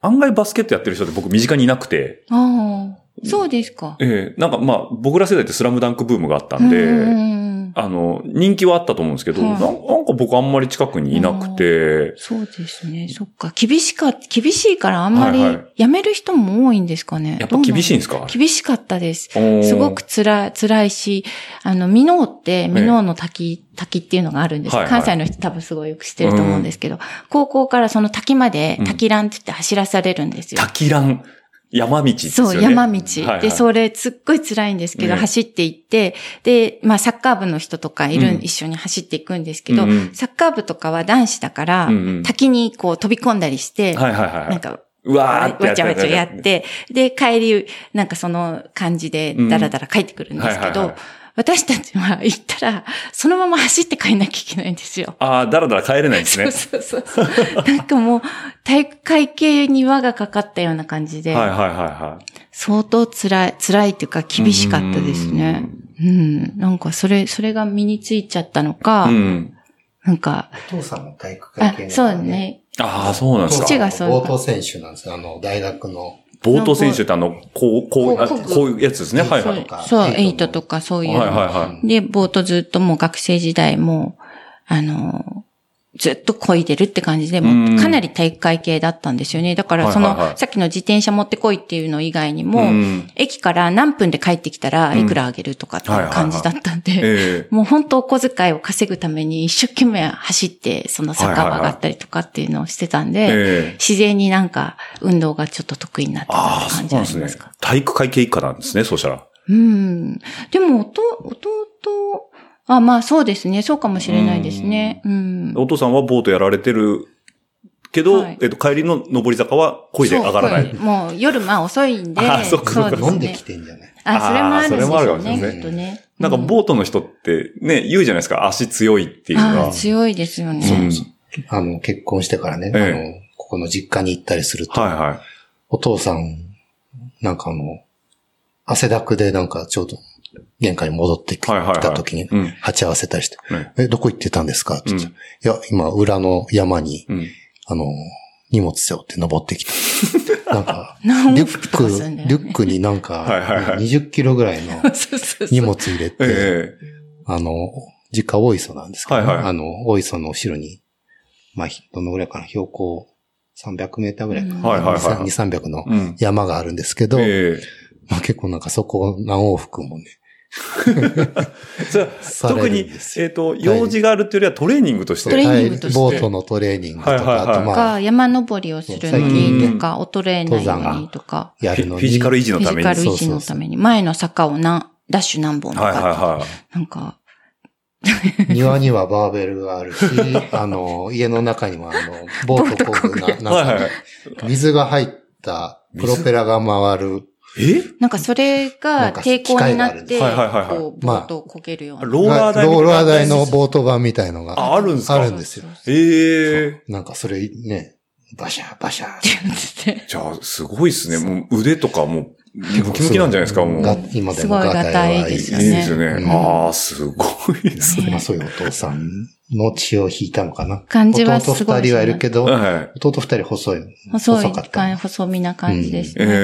案外バスケットやってる人って僕身近にいなくて、
ああ、そうですか。
ええなんかまあ、僕ら世代ってスラムダンクブームがあったんで、
うん
あの、人気はあったと思うんですけど、
はい
なんなんか僕あんまり近くにいなくて、
そうですね。そっか。厳しか、厳しいからあんまり
はいはい
辞める人も多いんですかね。
やっぱ厳しいんです
どう
か
なん厳しかったです。す
す
ごく辛い、辛いし、あの、ミノーって、ミノーの滝、滝っていうのがあるんです。
はいはい
関西の人多分すごいよく知ってると思うんですけど、高校からその滝まで
うん、
滝ランって言って走らされるんですよ。
滝蘭、山道ですよ
そ
ね。
う、山道。
はい
で、それ、すっごい辛いんですけど、
ね
走って行って、で、まあ、サッカー部の人とかいる、
うん
一緒に走っていくんですけど、
うんうん
サッカー部とかは男子だから、
うんうん
滝にこう飛び込んだりして、
はいはいはい。
なんか、
うわー
わ
って
ちゃわちゃやって、で、帰り、なんかその感じで、だらだら帰ってくるんですけ
うんはいはいは
ど
い、
私たちは行ったら、そのまま走って帰んなきゃいけないんですよ。
ああ、だらだら帰れないですね。
そうそうそうそう。なんかもう、体育会系に輪がかかったような感じで、
はいはいはいは
相当辛い、辛いっていうか
い。
厳しかったですね。うんなんかそれ、それが身についちゃったのか、
うん。うん。
なんか、
お父さんも体育会
あ
系、
そう。ね。
ああ、そうなんですか。
父がそう
冒頭選手なんですよ。あの、大学の。
ボート選手ってあの、こう、こう、あ
こう
こういうやつですね。はい
そ
は
と
う
い。
か
そう、エ
エ
イ
イ
ト
ト
とかそう
はい
いう
は
の
いは
で、ぼーっとずっともう学生時代も、あの、ずっと漕いでるって感じで、もうかなり体育会系だったんですよね。だからその、
はいはいはい
さっきの自転車持ってこいっていうの以外に
い。
も、
ん。
駅から何分で帰ってきたらいくらあげるとかっていう感じだったんで、
ええ。
もう本当お小遣いを稼ぐために一生懸命走って、その坂を上がったりとかっていうのをしてたんで、
ええ。
自然になんか運動がちょっと得意になってたっ
あ
て
あ、そう
感じ
な
あ
ん
り
で
ます
すね
か。
体育会系一家なんですね、そうしたら。
うん。でも、おと、弟、あ、まあそうですね。そうかもしれないですね。うん。
お父さんはボートやられてるけど、
はい
えっと、帰りの上り坂は恋で上がらない。
そう。もう夜まあ遅いんで。
あそっかそっか
うですね
飲んできてんじゃない
あ、それもあるんで
あーそ
し
れもあるか
ょ
も
う
しれ
ね。
ない
きっとね。
なんか、
ー
ボートの人ってね、言うじゃないですか、足強いっていうの
あ
が
ー。強いですよ
う
ね。
ん
あの、結婚してからね、
ええ
あの、ここの実家に行ったりすると、
はいはい。
お父さん、なんかあの、汗だくでなんかちょうど玄関に戻ってき
はいはいはい
た時に
うん、
鉢合わせたりして、
ね
え、どこ行ってたんですかって言って、
うん
いや、今、裏の山に、
うん。
あの、荷物背負って登ってきた。 なんか、リ
何
ュ
往復
ッ
とかするんだよね
ク、リュックになんか、
はいはいはい
20キロぐらいの
そ うそうそう
荷物入れて、
ええ。
あの、実家大磯なんですけどね、
はいはい
あの、大磯の後ろに、まあ、どのぐらいかな、標高300メーターぐらいかな。
はいはいはいはい
2、300の
うん。
山があるんですけど、
え
まあ結構なんかそこを何往復もね。
え。それは
され
特
る
に、
ん
えっ
ですよ、
と、用事があるっていうよりはトレーニングとし
トレー
て。
ニングとして
ボートのトレーニングとか、
はいはいはい
あとまあ
か、、山登りをするのにとか、衰えないようにとか、
や
フ
る
ィ
の
フ
に。
ィジカル維持
フ
の
ィ
た
ジ
めに。
カ
は
ル
い
維持のために、前の坂を何、ダッシュ何本と
はい
か、
は
なんか、
庭にはバーベルが あるし、あの、家の中にもあの、ボート工具が、
い。はい
なん
は
か
い。
水が入ったプロペラが回る、
え
なんかそれ
な
が
んか
抵抗になっ
機械があ
て、
るんですはいはいはいはい
こう、ボートをこけるような。
ローラー台みたいな
ローラー台のボート版みたいのが
あ、あるんです
あ
か
るんですよ。
ええ。
なんかそれね、バシャバシャ。
って言って
じゃあ、すごいですね。もう腕とかもう、ムキムキなんじゃないですか、もう。
が今でも
すごい
ガタイ
ガタ
は
イ
い
で
い
す
い
よ
い
ね
ですよね。
うん
ああ、すごいですね。
まあそういうお父さんの血を引いたのかな。
感じはすごい
弟二人はいるけど、
はい。
弟二人細い。
細い
かっ
感
た。
細身な感じです
ええ
ね。う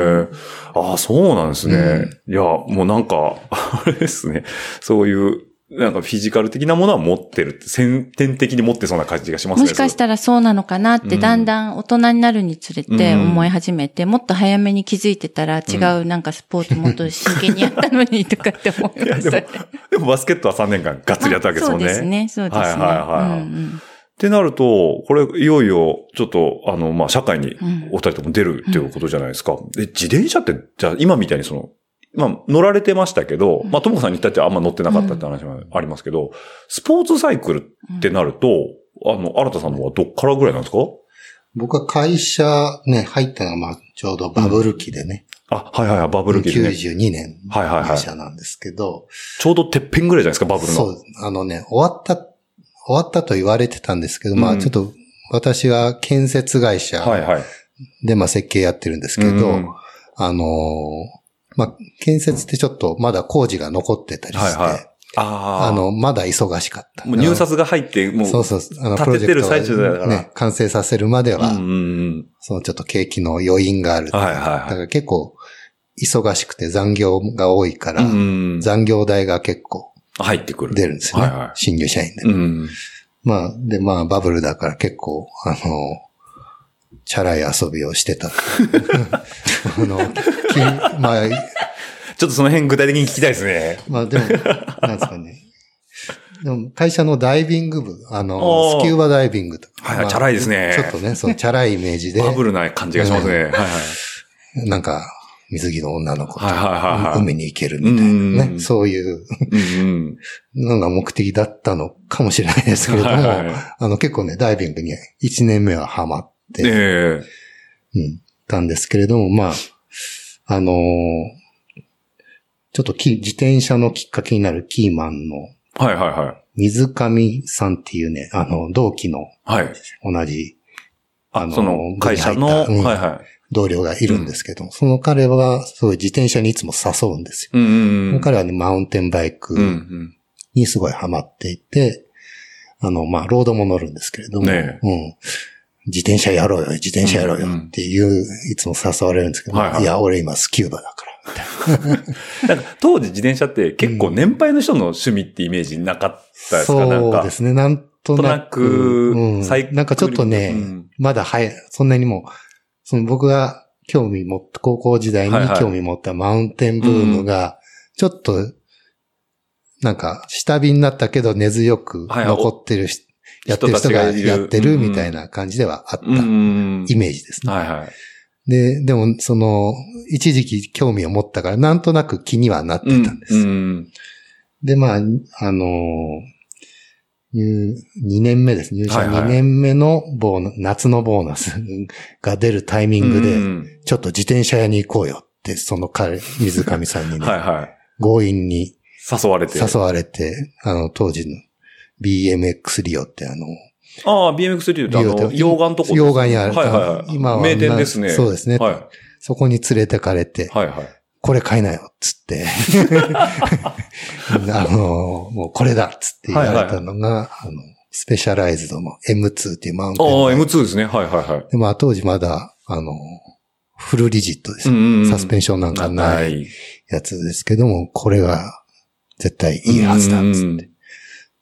ん
ああ、そうなんですね。いや、もうなんか、あれですね。そういう、なんかフィジカル的なものは持ってるって。先天的に持ってそうな感じがしますね。
もしかしたらそうなのかなって、
うん
だんだん大人になるにつれて思い始めて、もっと早めに気づいてたら違うなんかスポーツもっと真剣にやったのにとかって思いま
そ
したね。
れでもバスケットは3年間がっつりやったわけですもんね。
あそうですね、そうですね。
はいはいはいはい
うんうん
ってなると、これ、いよいよ、ちょっと、あの、まあ、社会に
うん
お二人とも出るっていうことじゃないですか。で、自転車って、じゃあ、今みたいにその、まあ、乗られてましたけど、まあ、ともこさんに言ったってあんま乗ってなかったって話もありますけど、スポーツサイクルってなると、あの、新田さんの方はどっからぐらいなんですか
僕は会社ね、入ったのがまあちょうどバブル期でね、
あ、はいはいはい、バブル期で、ね。
92年の
はいはいはい
会社なんですけど、
ちょうどてっぺんぐらいじゃないですか、バブルの。
そう、あのね、終わった、終わったと言われてたんですけど、ま
う
あ
ん
ちょっと私は建設会社
はいはい。
でまあ設計やってるんですけど、
うん
あのーまあ建設ってちょっとまだ工事が残ってたりして、
はいはいああ。
あ、の、まだ忙しかった。
もう入札が入って、もう、
そうそう。あの、プ
立
ロ
てて
ジ
る
ェクト
最中だから
をね、完成させるまでは、
うんうん
そのちょっと景気の余韻がある。
うん。はい
だ
はい
か
はい。
ら結構、忙しくて残業が多いから、
うんうん
残業代が結構
入ってくる。
出るんですよね。
はいはい
新入社員で。
うん。
まあ、で、まあ、バブルだから結構、あの、チャラい遊び をしてた。あの、金まあ、
ちょっとその辺具体的に聞きたいですね。
まあでも、なんですかね。でも会社のダイビング部、あ
お
の、
ー
スキューバダイビングとか。
はいはい
まあ
チャラいですね
ちょっとね、そのチャラいイメージで、
バブルな感じがしますね。はいはい。
なんか、水着の女の子と
はいはいはいはい。
海に行けるみたいな
う
ね。
ん
そういう
うん
のが目的だったのかもしれないですけ
うん。
れども、
はいはい。
あの結構ね、ダイビングに1年目はハマって、
ええ。
うん、たんですけれども、まあ、あのーちょっとき自転車のきっかけになるキーマンの
はいはいはい。
水上さんっていうね、あの、同期の
はい。
同じ
あ
あの
その会社の、
部に入ったうん
はいはい。
同僚がいるんですけども、その彼はすごい自転車にいつも誘うんですよ。
うんうんうん。
彼はね、マウンテンバイク
うんうん。
にすごいハマっていて、あの、まあ、ロードも乗るんですけれども、
ね
うん。自転車やろうよ、自転車やろうよっていう、いつも誘われるんですけど、
はいはい
いや、俺今スキューバだから。
なんか当時自転車って結構年配の人の趣味ってイメージなかったですかなん
そう
か
で。すね。なんとな
と
く、
なく
うん
サイクル
なんかちょっとね、
うん
まだ早い、そんなにもう、その僕が興味持った、高校時代に
はいはい
興味持ったマウンテンブームが、ちょっと、なんか、下火になったけど根強く
はい
残ってるし、
お
やってる人
人
が
たちがい
や
る
ってるみたいな感じではあった
うんうん
イメージです
うん。
ね。
はいはい。
で、でも、その、一時期興味を持ったから、なんとなく気にはなってたんです。
うんうん。
で、まあ、あのー入、2年目です。入社
はいはい
2年目のボーナ夏のボーナス が出るタイミング
う
で、
ん
ちょっと自転車屋に行こうよって、その彼、水上さんに
うん
ね、
はいはい。
強引に
誘われて。
誘われて、あの、当時の BMX リオってあの、
ああ、BMX リューってあ
リオって
の、洋画のとこです
洋画にある
はいはいはい。
今は
名店ですね。
そうですね
はい。
そこに連れてかれて、
はいはい。
これ買いなよ、っつ って。あの、もうこれだ、っつって言われたのが、あの、スペシャライズドの M2 っていうマウンテンバイク
ああ、M2 ですね。はいはいはい。
で、まあ当時まだ、あの、フルリジットですね。サスペン
シ
ションなんかない
い。
やつですけども、これが絶対いいはずだっつっ
う
て。
ん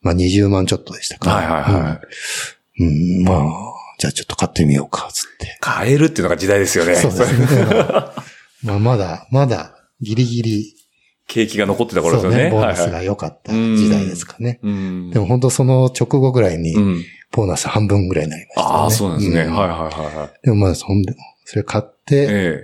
まあ20万ちょっとでしたから。
はいはいはい。
い。うん、まあ、じゃあちょっと買ってみようか、つって。
買えるっていうのが時代ですよね。
そうですね。 まあまだ、まだ、ギリギリ、
景気が残ってた頃です
そう
よね。
ボーナ
は
ス
いは
が
い
良かった時代ですかね。
うん。
でも本当その直後ぐらいに
う、ん。
ボーナス半分ぐらいになりました、ね。
ああ、そうなんですね。はい
ん
はいはいはい。
でもまあ、そんで、それ買って、
え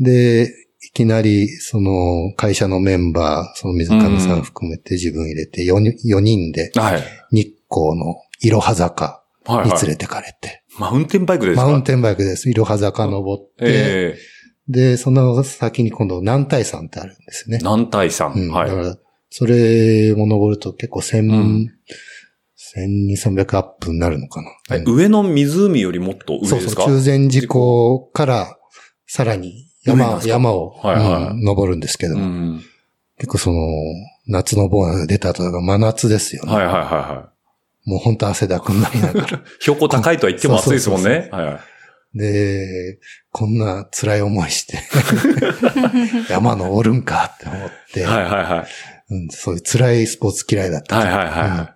で、いきなり、その、会社のメンバー、その水上さん含めて自分入れて4、四人で
え。、はい。
日光のいろは坂
はい
に
は
連
い。
れてかれて、
マウンテンバイクですか
マウンテンバイクです。いろは坂登って、
え
で、その先に今度、南大山ってあるんですよ
え。
ね。
南大山
うん。。
はい
だ。から、それを登ると結構千、
うん
千二三百アップになるのかな。
え
うん
上の湖よりもっと上
そう
です
そ
か
う、中禅寺湖から、さらに
上なん
山
で、すか
山を、
はいはい
うん登るんですけど
う
も、
ん。
結構その、夏のボーナスが出た後だから真夏ですよね。
はいはいはいは
もう本当汗だくになりなが ら。
い。標高高いとは言っても暑いですもん
そうそう
ね
そ。
はいはい。
で、こんな辛い思いして、 山登るんかって思って、
はいはいはい。
うん、そういう辛いスポーツ嫌いだった
はいはい
うん
は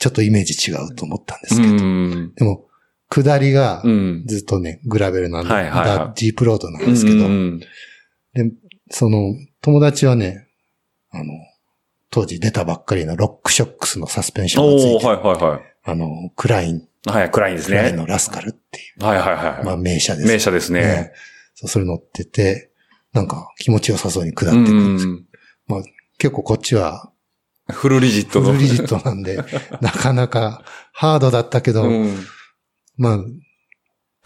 ちょっとイメージ違うと思ったんで
い。
すけ
う
ど、
ん。
でも、下りが
う、ん。
ずっとね、グラベルなんで、
はいはいはい
だジープロードなんですけど、
うん
その、友達はね、あの、当時出たばっかりのロックショックスのサスペンションがつい
お
て
ー、
る、
はいは
あの、クライン、
いはい。はい、暗いんです
クライン
ね。
のラスカルっていう、
はいはいはい。
まあ名車です。
名車ですね。
そう、それ乗ってて、なんか気持ちよさそうに下って
う
いくんですよ
ん
結構こっちは
フルリジッ
フ
トの。
ルリジットなん で、なかなかハードだったけど、
うん
まあ、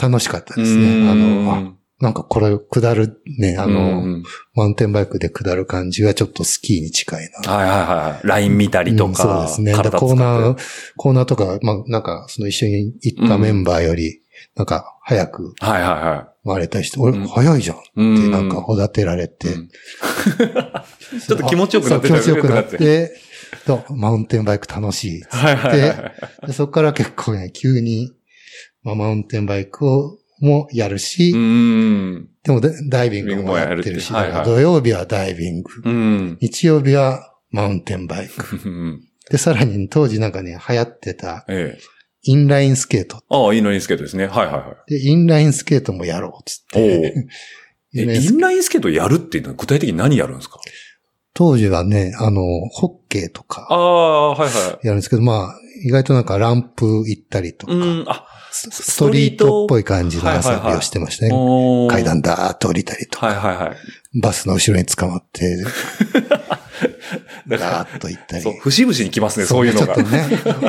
楽しかったですね。あの、あ、なんかこれ下るね、あ
あ
の、
うん
マウンテンバイクで下る感じはちょっとスキーに近いな。
はいはいはい。ライン見たりとか。
うんそうですね。で
体使って
コーナー、コーナーとか、まあ、なんか、その一緒に行ったメンバーより、なんか、早く
はいはいは
回れたりして、俺、
うん
早いじゃんっ
い。うん
て、なんか、おだてられて、
うん ちょっと気持ちよくなって
そ
た
う気持ちよくな
よ
っ
く
て、とマウンテンバイク楽しいっつっ
はいはいはいはい。
て。でそこから結構ね、急に、まあ、マウンテンバイクを、もやるし、
うん。
でもダダイビングもやってるし、
ダイビングもやるってはいはい
だから土曜日はダイビング、
うん。
日曜日はマウンテンバイク。
うん
で、さらに当時なんかね、流行ってた、
ええ。
インラインスケート。
ああ、インラインスケートですね。はいはいはい。
で、インラインスケートもやろうっつっ
お
て。
ー
インラ
え
イン
イ
ス
ンラインスケートやるっていうのは具体的に何やるんですか
当時はね、あの、ホッケーとか
あ、あ、はいは
やるんですけど、まあ、意外となんかランプ行ったりと
い。
か、
うん、あ、
スストリートっぽい感じの遊
はいはい
び
は
を
い
してましたね。
おー
階。段だーっと降りたりとか、
はいはいはい。
バスの後ろに捕まって、
だから
だーっと行った り。
そう、節々に来ますね、そういうのが
ちょ。っとね、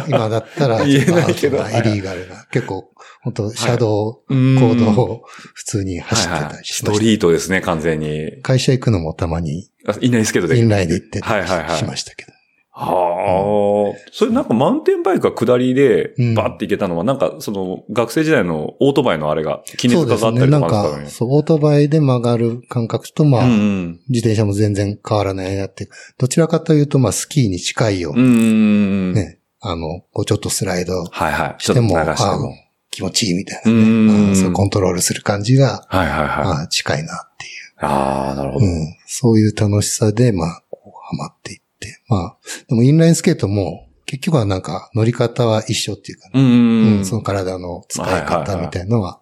今だったら、
言えないけど
まあイリーガルな、結構、本当シャドウ
うん
行動を普通に走って
はいは
た
い
り
ス
しま
ト
した。
リートですね、完全に。
会社行くのもたまに、
あインラインスケートで。
インラインで行って
はいはい
た
は
り
い
しましたけど。
はあ。それなんかマウンテンバイクが下りで
うん、
バって行けたのは、なんかその学生時代のオートバイのあれが、気に
そ
か
うで
か
す
った
ね。
り
な
と
ん
かあるん
か、
です
そう、オートバイで曲がる感覚と、ま
か
あ、
ね。うん
自転車も全然変わらないなっていうか、どちらかというと、まあ、スキーに近いよ
うん。う
うん
うんうん。
な、ね、あの、こうちょっとスライド
はいはい。ちょ
し
っと流
ても、
して
あ
も。
気持ちいいみたいな
う。ん。
うんそうコントロールする感じが、
はいはいはい。
まあ、近いなっていう。
ああ、なるほど。
うん。そういう楽しさで、まあ、こう、ハマっていって。まあ、でもインラインスケートも、結局はなんか、乗り方は一緒っていうか、ね
うん
う
うん
ん
うん。
その体の使い
はいはい
方
はい
みたいのは、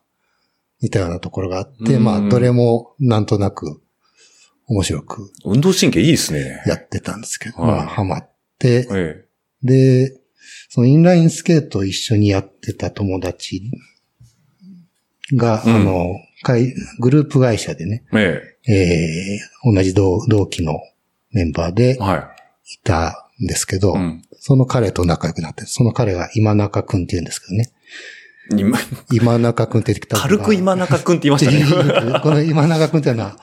似たようなところがあって、
うん
まあ、どれも、なんとなく、面白く
運動神経いいですね。
やってたんですけど、
はい
まあ、ハマって、
え
で、そのインラインスケートを一緒にやってた友達が、
うん
あの、会グループ会社でね、
え。え
えー同じ同同期のメンバーで
え。はい
たんですけど、
い。うん。
その彼と仲良くなって、その彼が今中くんって言うんですけどね。
今
今中くんって言ってきた。
軽く今中くんって言いましたね。
ね。 この今中くんっていうのは、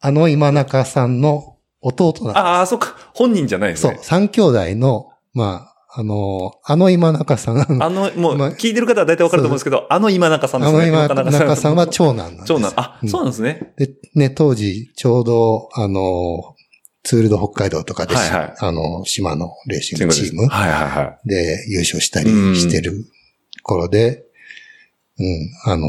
あの今中さんの弟なん
ああ、そっか。本人じゃないで
です。
す
そう
ね、。
三兄弟の、まあ、あの、あの今中さん、あ
あの、もう
まあ、
聞いてる方は大体わかると思うんですけど、あの今中さんですね。
の今中さんは長男なんです。
長男。あ、
うん
そうなんですね。
で、ね、当時、ちょうど、あの、ツールド北海道とかで、
はいはい
あの、島のレーシングチーム
はいはいはい。
で優勝したりしてる頃で、うん、あの、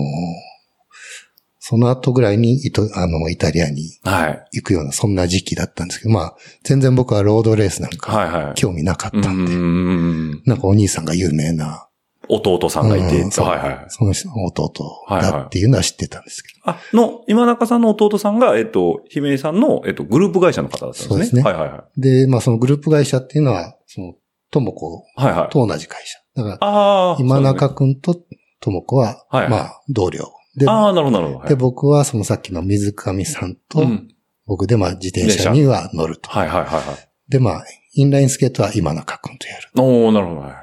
その後ぐらいにイトあの、イタリアに
はい。
行くような、そんな時期だったんですけど、まあ、全然僕はロードレースなんか
はいはい。
興味なかっ
う
たんで、
ん。
なんかお兄さんが有名な、
弟さんがいて、
うんそう
はいはい。
その人の弟だっていうのは知ってたんですけど、
あ、の、今中さんの弟さんが、えっと、姫井さんの、えっと、グループ会社の方だったんですね。
そうですね
はいはいはい。
で、まあそのグループ会社っていうのは、その、ともこと
はいはい。
同じ会社。だから、
ああ。
今
そう
中くんとともこは、
はいはい
まあ、同僚。で、
ねああ、なるほどなるほど。
で、僕はそのさっきの水上さんと、
うん
僕でまあ自転車には乗ると。
はいはいはいはい。
でまあ、インラインスケートは今中くんとやる。
おー、なるほど。はい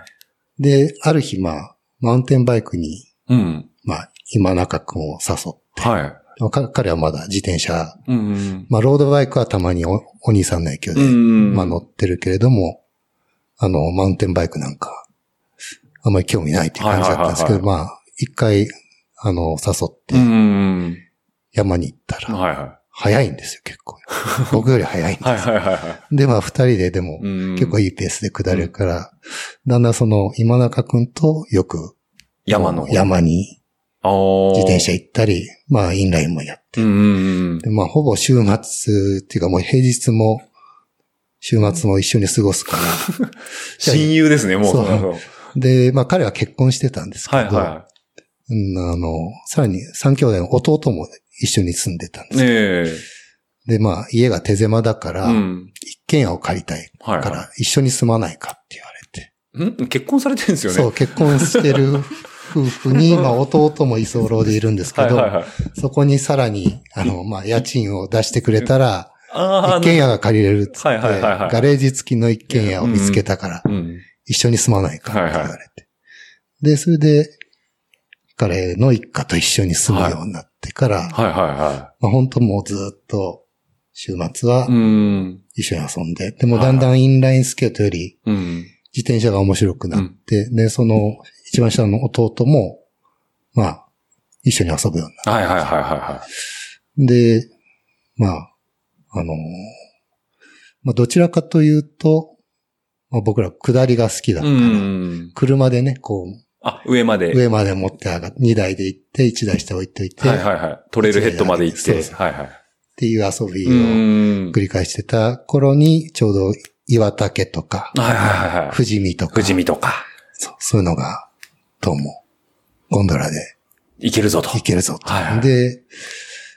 で、ある日まあ、マウンテンバイクに、
うん。
まあ、今中くんを誘って、
はい。
か彼はまだ自転車、
うん。
まあ、ロードバイクはたまにおお兄さんの影響で、
ん
まあ乗ってるけれども、あの、マウンテンバイクなんか、あんまり興味ないっていう感じだったんですけど、
はい
まあ、一回、あの、誘って
うん。
山に行った
はい
ら、
はい。
早いんですよ、結 構。僕より早いんです
はいはいはいはい。
で、まあ、二人ででも、結構
いい。
いいペースで下れるから、だんだんその、今中くんとよく、
山の。。
山に
自
自転車行ったり、まあ、インラインもやっ
うんうんうん
て、まあ、ほぼ週末っていうか、もう平日も、週末も一緒に過ごすから。
親友ですね、もう。
そう
なるほど
で、まあ、彼は結婚してたんですけ
はい
ど、
は
うんあの、さらに三兄弟の弟も一緒に住んでたんで
い。
す
ね
よ。
え。
で、まあ、家が手狭だから、
うん。
一軒家を借りたい
はい
か
は
ら、一緒に住まないかって言われて。
い。ん結婚されてるんですよね。
そう、結婚してる夫 婦に、まあ、弟も居候でいるんですけ
はい
ど、
はいはい。
そこにさらに、あの、まあ、家賃を出してくれたら、
ああ。
一軒家が借りれるっつって、
はいはいはいはい
ガレージ付きの一軒家を見つけたから、
うん。
一緒に住まないかって言われて。で、それで、彼の一家と一緒に住むようになってから、
はいはいは。
まあ、本当もうずっと、週末は
う
い
ん。
一緒に遊んで、でもだんだんインラインスケートより、
うん。
自転車が面白くなって、で、その、一番下の弟も、まあ、一緒に遊ぶようになっ
はいはいはいはいは
て、で、まあ、あのーまあ、どちらかというと、まあ、僕ら下りが好きだ
い。
か
う
ら、
ん。
車でね、こう、
あ、上まで。
上まで持って上がって、2台で行って、1台下置いといて、
はいはいはい。トレールヘッドまで行っ
そう
て。
そう
はいはい。
っていう遊び
う
を
ん。
繰り返してた頃に、ちょうど岩竹とか、
はいはいはいはい。
富士見とか
富士見とか、
そう、そういうのが、どうも、ゴンドラで
行けるぞと。
行けるぞと。
はいはい
で、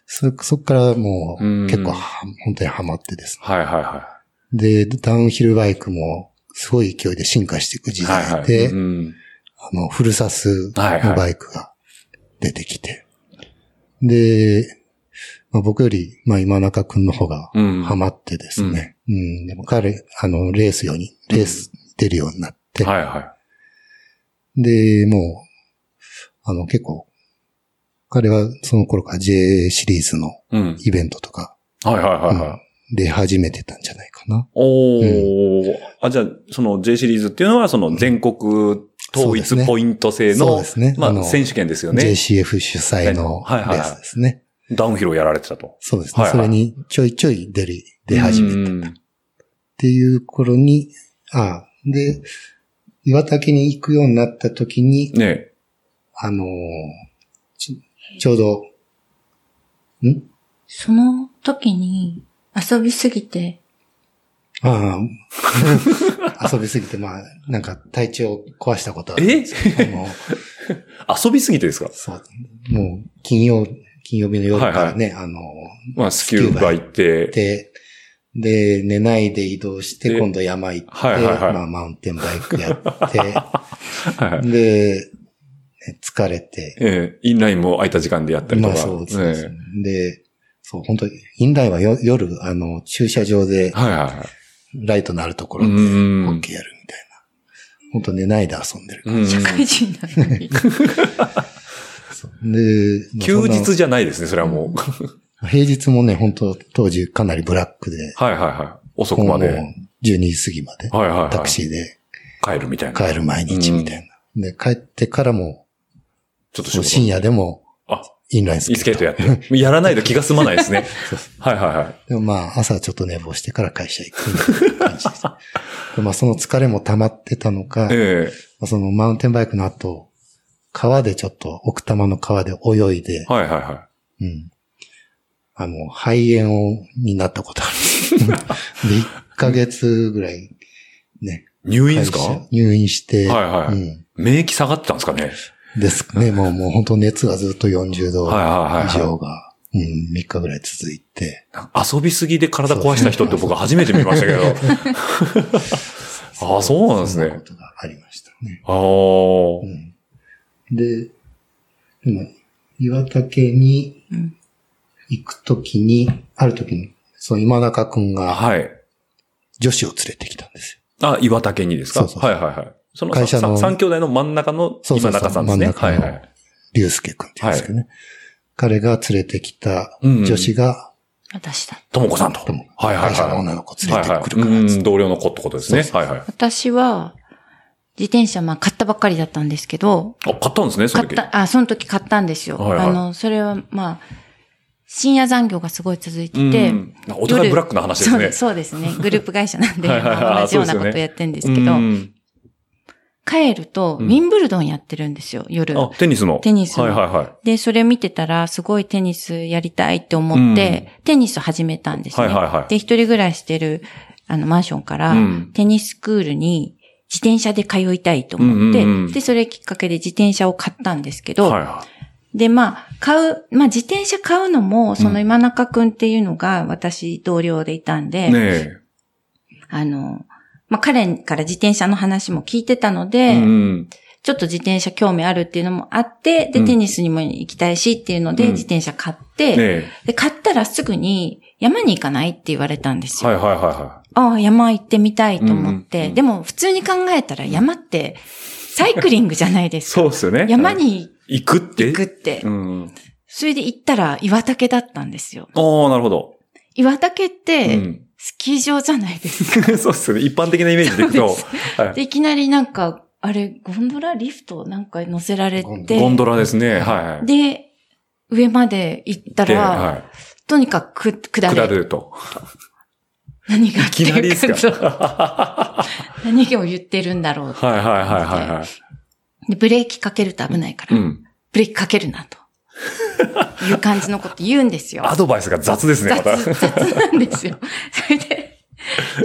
そ、そっからもう、
うん
結構は、本当にハマってですね。
はいはいは
で、ダウンヒルバイクも、すごい勢いで進化していく
い。
時
はい
代
はい。
で、
うん
あの、フルサス
はい
の
は
バ
い。
イクが出てきて。で、まあ、僕より、まあ、今中くんの方が
うん
ハマってですね。うん、でも彼、あの、レースように、レース出るようになって。
はいは
で、もう、あの、結構、彼はその頃から JA シリーズの
い。うん。
イベントとか、
はいはいはいはい。
で始めてたんじゃないかな。
おー、あ、じゃあ、その J シリーズっていうのは、その全国統
そうです
一
ね
ポイント制
そう
の、
ですね
ま
あ
あ、
の
選手権ですよね。
JCF 主催の
はい
レ
はいはい
ースですね。
ダウンヒルをやられてたと。
そうですね。
はいはい
それにちょいちょい出り、出始めて
うん
っていう頃に、ああで、岩竹に行くようになった時に、
ねえ
あのーち、ちょうど、ん
その時に遊びすぎて、
ああ、 遊びすぎて、まあ、なんか体調を壊したことは。
え
あの、
遊びすぎてですか
そう、もう、金曜、金曜日の夜からね、あの
まあ、スキューバ行って。
で、で、寝ないで移動し
で
て、今度山行って、
はいはいはい
まあ、マウンテンバイクやって、
はいはい
で、ね疲れて、
ええインラインも空いた時間でやったりと
ま
か。
あそうですね。
え
で、そう、本当に、インラインはよ夜、あの、駐車場で
え、はいはいはい。
ライトのあるとこ
う
ろで、
ん
ホッケーやるみたいな。本当寝ないで遊んでる。
うん
社会人 なのに。
で、まあ
休
そん
日じゃないですね、それはもう。
な平日もね、本当当時かなりブラックで、
はいはいはい。遅くまで。はい
もう12時過ぎまで、
はいはい。
タクシーで
帰るみたいな。
帰る毎日みたいな。で、帰ってからも、
ちょっと仕
もう
事
深夜でも、
あ、
インラインス
イ
ケー
ン
ト。
スケートやって。やらないと気が済まないです ね。はいはいはい。
でもまあ、朝ちょっと寝坊してから会社行くみたいな感 じです。でまあ、その疲れも溜まってたのか、
え
まあそのマウンテンバイクの後、川でちょっと奥多摩の川で泳いで
え、はいはいはい。
うん。あの、肺炎を、になったことあ るんです。で、1ヶ月ぐらい、ね。
入院ですか
会社入院して、
はいはい
うん。
免疫下がってたんですかね。
ですね。もう、もう本当熱がずっと40度以
はいはいはいは
上が、うん、3日ぐらい続いて、
い。遊びすぎで体壊した人って僕初めて見ましたけど。 あそうなんですね
そなことがありましたね。
ああ。
うんで、でも、岩竹に
うん
行くときに、あるときに、その今中くんが
はい。
女子を連れてきたんですよ。
あ、岩竹にですか
そうそうそう
はいはいはい。その
会社の
さ三兄弟の真ん中の
そう
今
そうそう
中さんですね。
真ん中
はい
の
はい。
竜介くんって言うんですけどね。彼が連れてきた
うん
女子が、
私だ。
ともこさんと。
とも
はいはい
会社の
は
女の子
い。
連れてくるから
はいはい
っつ
う
っ
ん同僚の子ってことですね。はいはい。
私は、自転車、まあ買ったばっかりだったんですけど、
あ、買ったんですね、そ
買
の
っ
時。
た、あ、その時買ったんですよ。
はいはい
あの、それはまあ、深夜残業がすごい続いてて、
うんなんかお互いブラックな話です
そう
ね。
そうですね。グループ会社なんで、
はいはいはい
まあ同じよう
そ
な
うですよ
こ
ね
とやってるんですけど
う、ん
帰ると、
う
ウ
ん
ィンブルドンやってるんですよ、夜。
あ、テニスの。
テニスの
はいはいはい。
で、それ見てたら、すごいテニスやりたいって思って、テニス始めたんですね。
はいはいはい
で、一人暮らししてる、あの、マンションから、
うん
テニススクールに自転車で通いたいと思って、
うんうんうん
で、それきっかけで自転車を買ったんですけど、
はいは
で、まあ、買う、まあ、自転車買うのも、その今中くんっていうのが私同僚でいたんで、
い。ね
あの、まあ、彼から自転車の話も聞いてたの
え。
で、
うん
ちょっと自転車興味あるっていうのもあって、で、
うん
テニスにも行きたいしっていうので、
うん
自転車買っ
ね
て、
え。
で、買ったらすぐに山に行かないって言われたんですよ。
はいはいはいは
ああ、山行ってみたいと思って、
うんうんうん
でも普通に考えたら山ってサイクリングじゃないで
い。
す か。
そうですよね。
山に
行くって
行くって。
うん。
それで行ったら岩竹だったんですよ。
ああ、なるほど。
岩竹
う
って
ん。
スキー場じゃないですか。
そうですよね。一般的なイメージでいくと。
そう
はい
でいきなりなんか、あれ、ゴンドラリフトなんか乗せられ
ゴン
て、
ゴンドラですね。はいはい。
で、上まで行った
で
ら、
は
とにかくく
い。
下れ。
下ると。
何が
いきなりですか
そう
は
何を言ってるんだろう
いはいはいはいはい。
で。ブレーキかけると危ないから、
うん。
ブレーキかけるなと。いう感じのこと言うんで すよ。
アドバイスが雑ですね、ま
雑、
た。
雑なんですよ。それで、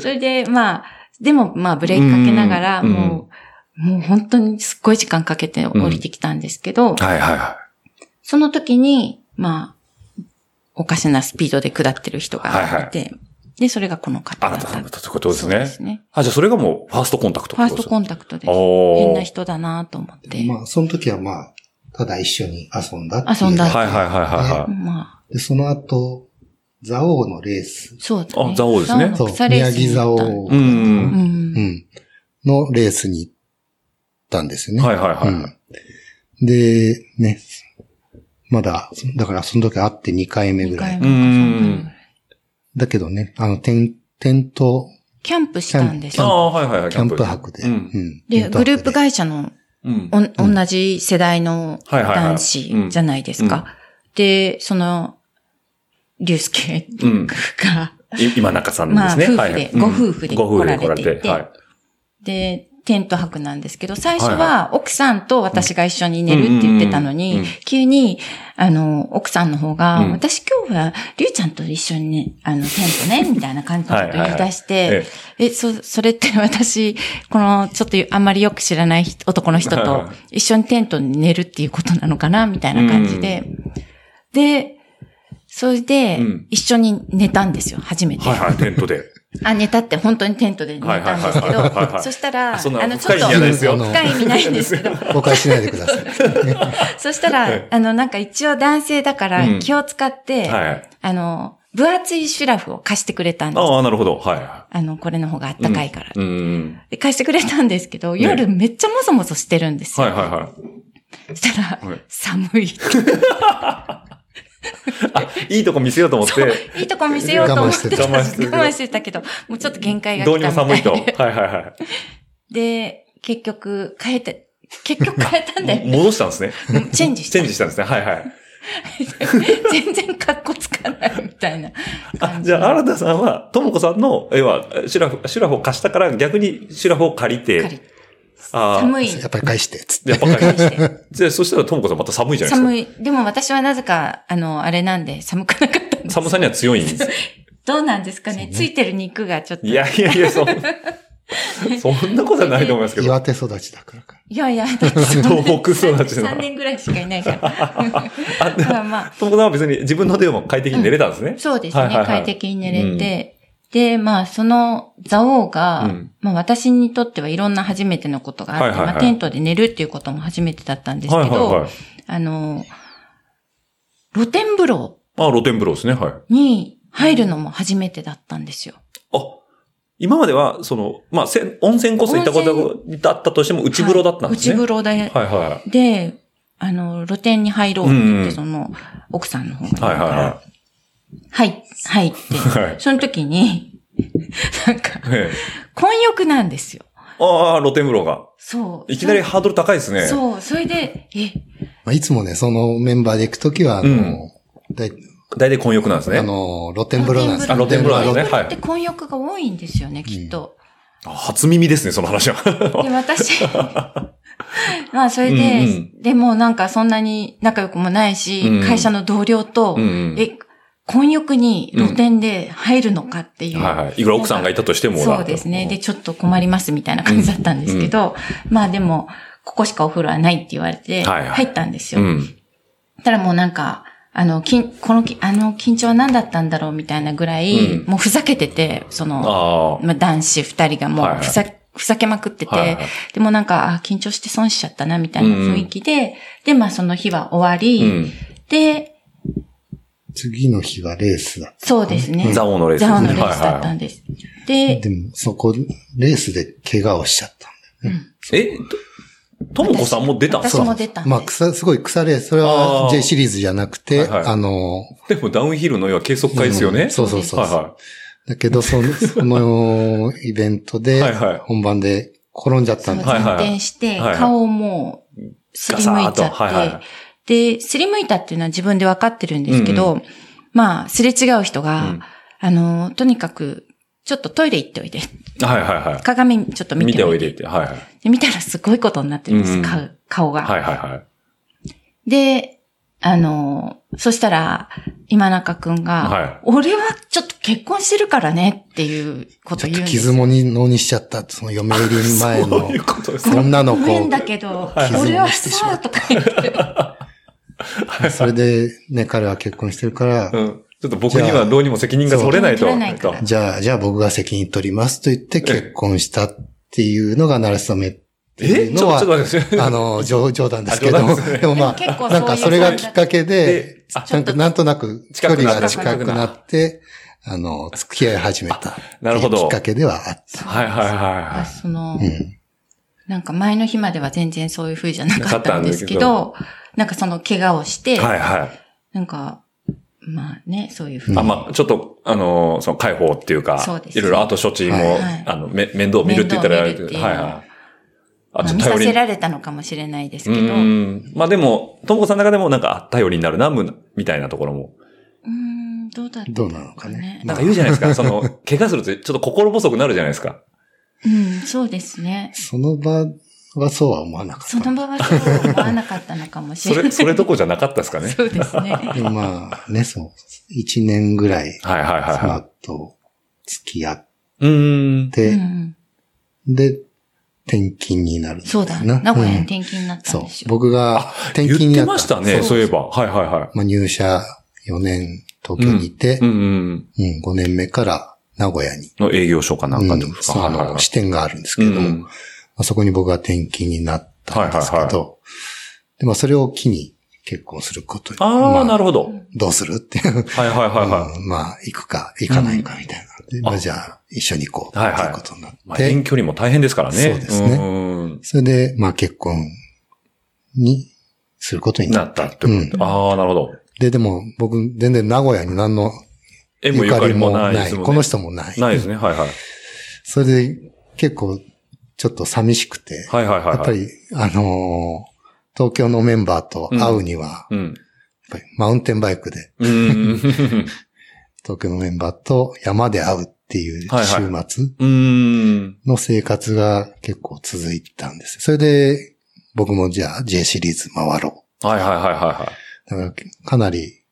それで、まあ、でも、まあ、ブレーキかけながら、
うん
もう、もう本当にすっごい時間かけて降りてきたんですけど、
はいはいはい。
その時に、まあ、おかしなスピードで下ってる人がいて、で、それがこの方
あ
だ
な
ったた。
さんだったってことです
そうで
ね。
すね。
あ、じゃあそれがもうファーストコンタクト
ファーストコ
ン
ンタクトです。
おー
変な人だなと思って。
まあ、その時はまあ、ただ一緒に遊んだっていう
遊んだ
はいはいはいはいは
まあ、
で、その後、ザオウのレース、
そうですね。
あ蔵王ですね
蔵王の
そう、
草レー
宮
スに
城ザ
行
オ
っ
ウ
た
い。う。
うん。
うんん、のレースに行ったんですよね。
はいはいはいは
うん、で、ね、まだ、だからその時会って2回目ぐらい。
二回目か
うん
その
だけどね、あの、テン、テント、
キャンプしたんです
あ
よ。
あ、はいはいはい。
キャンプ泊で、
う
うんんテ
で、
ント泊
グ
で
ループ会社の
うん。
おん、同じ世代の
はいはいはい
男子じゃないです
うん
か。で、その、竜介
うん
が、
い今中さんですね。
まあ夫婦
はい
でご夫婦で
ご夫婦で来られ
来られ
て。
て
はい。
で、テント泊なんですけど、最初
はい
は奥さんと私が一緒に寝るって言ってた
うんうん
の
うん
に
うん、
急に、あの、奥さんの方が、
うん
私今日は、りゅうちゃんと一緒にね、あの、テン トね、みたいな感じのこと言い
は
出し
いはいはい
て、え、そ、それって私、この、ちょっとあんまりよく知らない人男の人
はいはい
と一緒にテントに寝るっていうことなのかな、みたいな感じで。で、それで
うん、
一緒に寝たんですよ、初めて。
はいはい、テント で。
あ、寝たって本当にテントで寝たんですけ
はいはいはいはいはい
ど、そしたら、
あそんな
あの、ちょ
深
っ
い意味
と、
はないですよ
深い意味ないんで すけど、
誤解しないでくだ さい。ね
そしたら、あの、なんか一応男性だか
うん
ら気を使って、
はい。
あの、分厚いシュラフを貸してくれたんです。
ああ、なるほど。は
あの、これの方があっ
い。
たかいから。
うんうん。
で貸してくれたんですけど、
ね
夜めっちゃもそもそしてるんですよ。
はいはいはい。
そしたら、
はい
寒い。
あ、いいとこ見せようと思っ
そ
て、
ういいとこ見せようと思ってた。
我
我
慢 してる
慢してたけど、もうちょっと限界が
どう
来
に
た
も
みた
寒い
い
と。はい
で。
はいは
で、結局変えて、結局変えたんだよ
い。戻したんですね。
チェンジし
チ
た
ェン。ジしたんですね。はいはい。
全然格好つかないみたいな
あ
感、じ。
じゃあ、新田さんは、ともこさんの絵は、シュラフ、シュラフを貸したから、逆にシュラフを借りて、あ
寒い。
やっぱり返して、つって。
やっぱ借 りて。じゃあ、そしたらともこさんまた寒いじゃないですか。
寒い。でも私はなぜか、あの、あれなんで寒くなかったんです。
寒さには強いんです。
どうなんですかねついてる肉がちょっと。
いやいやい や、そん、そんなことはないと思いますけど。
岩手育ちだからか。
いやいや、だってそんな
東北育ちな
3年ぐらいしかいな いから。
あ、でも
まあまあ、
ともこさんは別に自分の電話も快適に寝れたんですね。
そうですね。
はいはいはい
快適に寝れて。で、まあ、その、蔵王が、
うん
まあ私にとってはいろんな初めてのことがあって、
はいはいはい
まあテントで寝るっていうことも初めてだったんですけど、
はいはいはい。
あの、露天風呂
あ、露天風呂ですね、はい。
に入るのも初めてだったんですよ。
あ、今までは、その、まあ、せん温泉こそ行ったことだったとしても、内風呂だったんですね。
はい内風呂で、
はいはいはい。
で、あの、露店に入ろうって
う
言
ん
っ
うん
て、その、奥さんの方がいるか
はい
ら、
はいは
はい、入 っ
い。はい
て、その時に、なんか、
ええ
混浴なんですよ。
ああ、露天風呂が。
そう。
いきなりハードル高いですね。
そう、それで、え、
まあ、いつもね、そのメンバーで行くときは、あ
う
の、だい
大体混浴なんですね。
あの、露天風呂なんですよ
露天風呂あ露天風呂なんですねはい
って混浴が多いんですよね、きっと。
あ初耳ですね、その話は。
で、私、 まあ、それで、
うん
でもなんかそんなに仲良くもないし、
うんうん
会社の同僚と、
うんうん
え、婚浴に露店で入るのかっていう。
はいはい。いくら奥さんがいたとしても
そうですね。で、、ちょっと困りますみたいな感じだったんですけど、まあでも、ここしかお風呂はないって言われて、
はいはい
入ったんです
う
よ。
ん。
たらもうなんか、あの、きんこのき、あの、緊張は何だったんだろうみたいなぐらい、
うん
もうふざけてて、その、
あ
まあ、男子二人がも
はいうはい
ふざ、ふざけまくってて、
はいはい
でもなんか、あ緊張して損しちゃったな、みたいな雰囲気で、で、まあその日は終わ
あ。う
り、
ん。
で、
次の日がレースだ。
そうですね。
ザオのレース
ザ
です
オ
ね
のレースだったんです。で、
でも、そこ、レースで怪我をしちゃったん
え、とともこさんも出たんです
私
か
も出たんです
まあ、草、すごい草レース。それ
あ
は
ー
J シリーズじゃなくて、
はいはい
あの、
でもダウンヒルの要は計測会ですよね。
うんそうそうそう
はいは
だけ ど、その、そのイベントで
はいはい、
本番で転んじゃった
そ
ん
う、
です。
はいはい
前転して、
はいはい
顔もすりむいちゃ
ガサーッとはいはいは
って、で、すりむいたっていうのは自分で分かってるんですけど、まあ、すれ違う人が、
うん
あの、とにかく、ちょっとトイレ行っておいで。
い。はいはいは
鏡ちょっと
い。見
見
て
てお
お
い
い
で。
でって。はいはい。
で見たらすごいことになってるんです、
うんうん
顔顔が、
はいはいはい。
で、あの、そしたら、今中くんが、
はい
俺はちょっと結婚してるからねっていうこと
ちょ
言
っ
う
と
んです
傷もに脳にしちゃったって、その嫁入り前
そう
の
いうことですね。
女の
ごめ
子
んだけど、
い
俺はさ、とか言って。
それでね、彼は結婚してるから、
うん。ちょっと僕にはどうにも責任が
じゃあ
取れないと。
そう取れないから
じゃあ、じゃあ僕が責任取りますと言って結婚したっていうのがなれそめってい
え
う
ちょ
の
っと
は
ちょっ、と待ってく ださい
あの、冗冗談ですけ
あ冗
ど、
談ですね
でもま
でも結構
あ、なんかそれがきっかけ
で
で、
あ
なんかなんとなく距離が近くなって、あの、付き合い始めた。
なるほど
きっかけではあった。
はいはいはい
あ
は
その、
うん。
なんか前の日までは全然そういう風じゃなかったんですけ
な
ど、なんかその怪我をして、
い。はいはい。
なんか、まあね、そういう風に。
あ、まあ、ちょっと、あのーその解放っていうか、
そうです
いろいろ後処置も、
はい
はい
あの、め面倒見るって言ったらあれ
面倒見るっていう
はいはい。あ
まあ見させ
に。
られたのかもしれないです
う
けど、
ー。
うん
まあでも、ともこさんの中でもなんか、あ頼りになるな、むみたいなところも。
ーん、どうだった
どうなのかね。
なんか言うじゃないです か、その、怪我するとちょっと心細くなるじゃないですか。
うん、そうですね。
その場はそうは思わなか
そ
った
の。場はそうは思わなかったのかもし
そ
れな
れ、
い。
それどこじゃなかったですかね。
そうですね。
でもまあ、ね、そう、一年ぐらい、
はいはいはい
その
は
後、付き合っ
い。うーん。
う
て、
ん、
で、転勤になるんよ
そうだ、名古屋に転勤になっ
うんそ
たん
う
です。よ。
僕が転
言っ
勤にな
て
った。
ましたね、
そう
そういえば。はいはいはい。
まあ、入社4年東京にいて、
う
う
んんうん。
5年目から名古屋に。
の営業所かなんかってことです
そ
か、
うあ
はいはい
の
はい
支店があるんですけど、
うん
まあ、そこに僕が転勤になったんですけど、
はいはい
でまあ、それを機に結婚することに。
ああ、な
る
るほど。
ど。うするっていう。
はいはいはいは
うんまあ、行くか、行かないかみたいな。でま
あ
あ、じゃあ、一緒に行こうっていうことになって、
い。まあ、遠距離も大変ですからね。
そうですね
うん
それで、まあ、結婚にすることにな
な
っ
った
た。
ってこと。
うん
ああ、なるほど。
で、でも、僕、全然名古屋に何の
縁もゆ
ゆか
かり
り
も
も
な
な
で
いい。
すもんね。
この人もない。
ないですね。はいはい。
それで、結構、ちょっと寂しくて、
はいはいはいはい。
やっぱ。り、あのー東京のメンバーと会うには、
うん。
やっぱりマウンテンバイクで、
うん。
東京のメンバーと山で会うっていう
はい
週
は
末
うん。
の生活が結構続いたんです。それで、僕もじゃあ J シリーズ回ろ
はいはいはいはいは
う。だからかなり、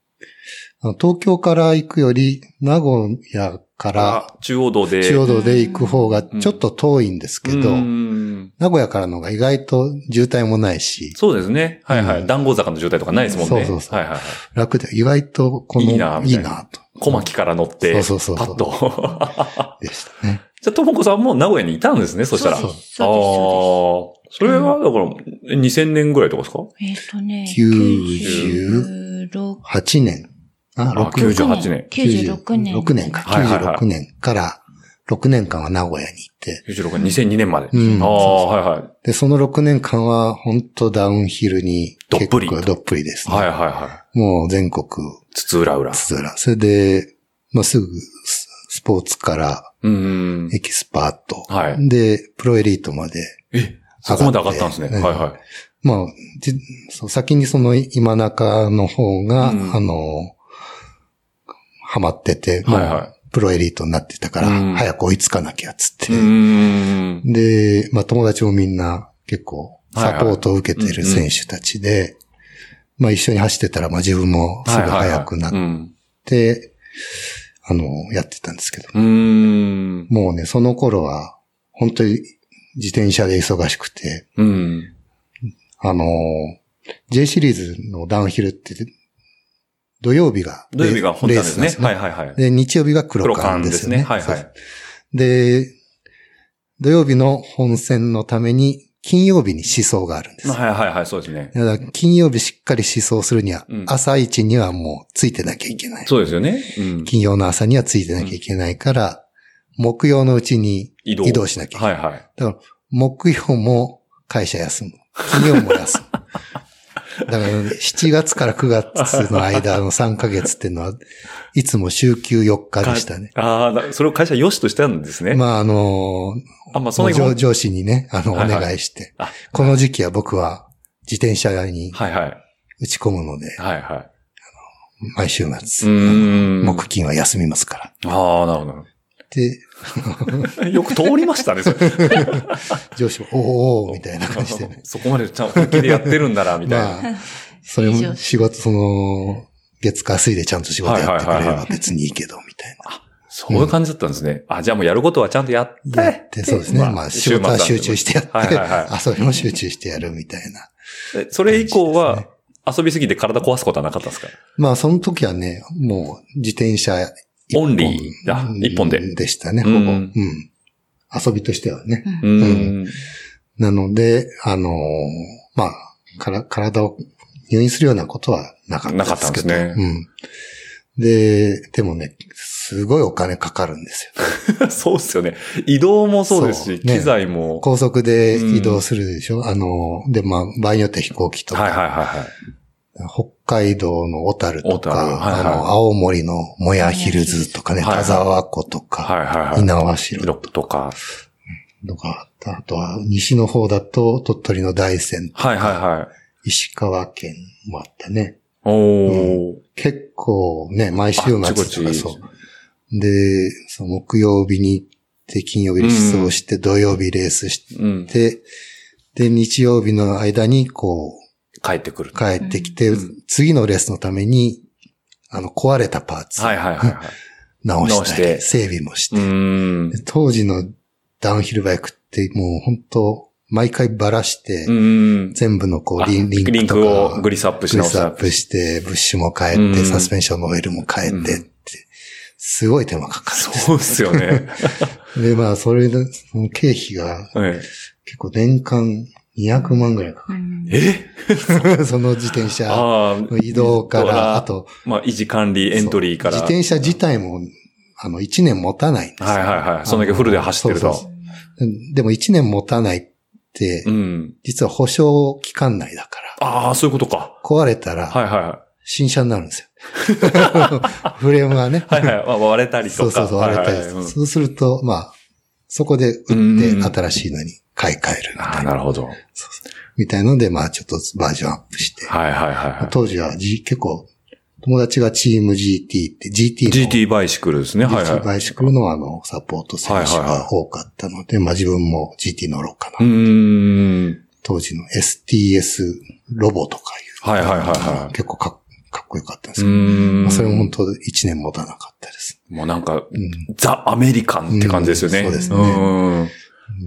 あの東京から行くより、名古
い。
屋から、
中央道で。
中央道で行く方がちょっと遠いんですけど、
うん
名古屋からの方が意外と渋滞もないし、
そうですね。はいは
う
い。
ん
団子坂の渋滞とかないですもんね。
そうそうそう
はいはいはい。
楽で、意外とこの、
いいなみ
い
た
い
いな
なと。
小牧から乗って、
そうそうそう
パッと。
でしたね。
じゃあ、ともこさんも名古屋にいたんですね、そしたら。
そうです
ああ
そ
ー、それは、だから、2000年ぐらいとかですか
えっ、とね、
90
96
8年。あ、
あ
6
98年
96年。
6年か。
はいはいはい
96年から6年間は名古屋に行って、
?96 年、2002年まで。
うん
ああ、はいはい。
で、その6年間は本当ダウンヒルに
どっぷり
結構どっぷりですね。
はいはいはい。
もう全国
津々浦々。
つづら。それで、まあ、すぐススポーツから
うん。
エキスパート。
はい
で、プロエリートまで。
え、そこまで上がったんですね。
上がって
はいはい。
まあ、じそう先にその今中の方が、
うん
あの、ハマってて、
はいはい
もうプロエリートになってたから、
うん
早く追いつかなきゃっつって。
うん。
で、まあ友達もみんな結構
はいはい
サポートを受けてる選手たちで、まあ一緒に走ってたら、まあ自分もすぐ速くな
はい
っ
はいはい
て、あの、やってたんですけど、
うん。
もうね、その頃は、本当に自転車で忙しくて、
うん。
あのー、J シリーズのダウンヒルって、土曜日がレ
土曜日が本
レ
当
ー
で
ス
す
なん
ね
で。すね。
はいはいはい。
で、日曜日が黒
黒
缶
缶
で
ですす
よね。
ね。はいは
そう
い。
で、土曜日の本戦のために、金曜日に思想があるんです。
まあはいはいはい、そうですね。
だから金曜日しっかり思想するには、
うん
朝一にはもうついてなきゃいけない。
そうですよね。うん。
金曜の朝にはついてなきゃいけないから、木曜のうちに移動しなきゃいけない。
はいはい。
だから、木曜も会社休む。金曜も休む。 だから、7月から9月の間の3ヶ月っていうのは、いつも週休4日でしたね。
ああ、だそれを会社良しとしたんですね。
まあ、あの
あ、まあ、その
上
時
上司にね、あの、お
はいはい
願いして
あ、
この時期は僕は自転車に
はいはい。
打ち込むので、
はいはい。
毎週
うー
末、
ん。
木金は休みますから。
ああ、なるほ
で、
ど。よく通りましたね、それ。。
上司も、おーおーみたいな感じでね
そこまでちゃんと本気でやってるんだな、みたいな。
まあ、それも仕事、その、月火水でちゃんと仕事やって
はい
くれれ
はいはいは
ば別にいいけど、みたいな。
そういう感じだったんですね。あ、じゃあもうやることはちゃんとや って。。
やって、そうですね。まあ、仕事は集中しててやって、
はいはいは
遊びも集中してやるみたいな。
えそれ以降
感じ
は、遊びすぎて体壊すことはなかったんですか
まあ、その時はね、もう、自転車一
オンリーだ
うん
一本で
でしたね、
う
ほ
ん
ぼ。うん。遊びとしてはね。
う
うん
ん。
なので、あのーまあ、から、体を入院するようなことはなかった
なかったん
で
ですす
けど。
ね。
うん。で、でもね、すごいお金かかるんです よ。
そうっすよね。移動もそうですし、
そうね
機材も。
高速で移動するでしょ、あのー、で、まあ、場合によっては飛行機とか、
はいはいはいはい。
北海道の小樽と
小
か、
樽はいはい
あの、青森のもやヒルズとかね、
はいはい
田沢湖とか、
はいはいはい。
猪苗
ロ
代
ックとか。
とか、あとは西の方だと鳥取の大山、
はいはいはい。
石川県もあったね。
おー。
結構ね、毎週末と
あ
か
ちこち
そう。で、その木曜日に行って、金曜日に出走して、土曜日レースし
うん。
て、で、日曜日の間にこう、
帰ってくる。はい
帰ってきて、
うん
次のレースのために、あの、壊れたパーツ
はいはいはい。
直
直
し、
してて
整備もして
う、ん。
で当時のダウンヒルバイクってもう本当毎回バラして、
うん。
全部のこう
あ
リン、リンク
リン
と
クを
か、
グリスアップし
グリ
直
ス
し
ア
た。
ップして、ブッシュも変えて、
うん
サスペンションのオイルも変えてって、すごい手間かかるんです。
そうっすよ ね。
で、まあ、それで、その経費が
はい
結構年間200万ぐらいか
うん
え
か る。その自転車
あ
の移動か
そう
ら、
だ
あと、
あ、まあ、維持管理、エントリーから。
そう自転車自体も、あの、1年持たないんですよ
はいはいはい。そんだけフルで走ってる
あの
と
そう。でも1年持たないって、
うん。
実は保証期間内だから、
ああ、そういうことか。
壊れたら
はいは
新車になるん ですよ。フレームがね。
いはい。 はいはい。まあ割れたりと
そ
か。
うそうそう、割れたり
はいはいはいうん
そうすると、まあ、そこで売って新しいのに買い替えるみ
あ
た
あ、
いな。
なるほど。はい
みたいので、まあちょっとバージョンアップして。
はいはいはい。
当時は、G、結構、友達がチーム GT って GT の
GT バイシクルですね。はいはい。
GT バイシクルのあの、サポート選手が多かったので、まあ自分も GT 乗ろうかな
う。ーん。
当時の STS ロボとかいう。
はいはいはいはい
結構かっかっこよかったんです
う
けど、
ー
ま
ん。
あそれも本当1年持たなかったです。
もうなんか、
うん
ザ・アメリカンって感じですよね。
うんそうですね
ね。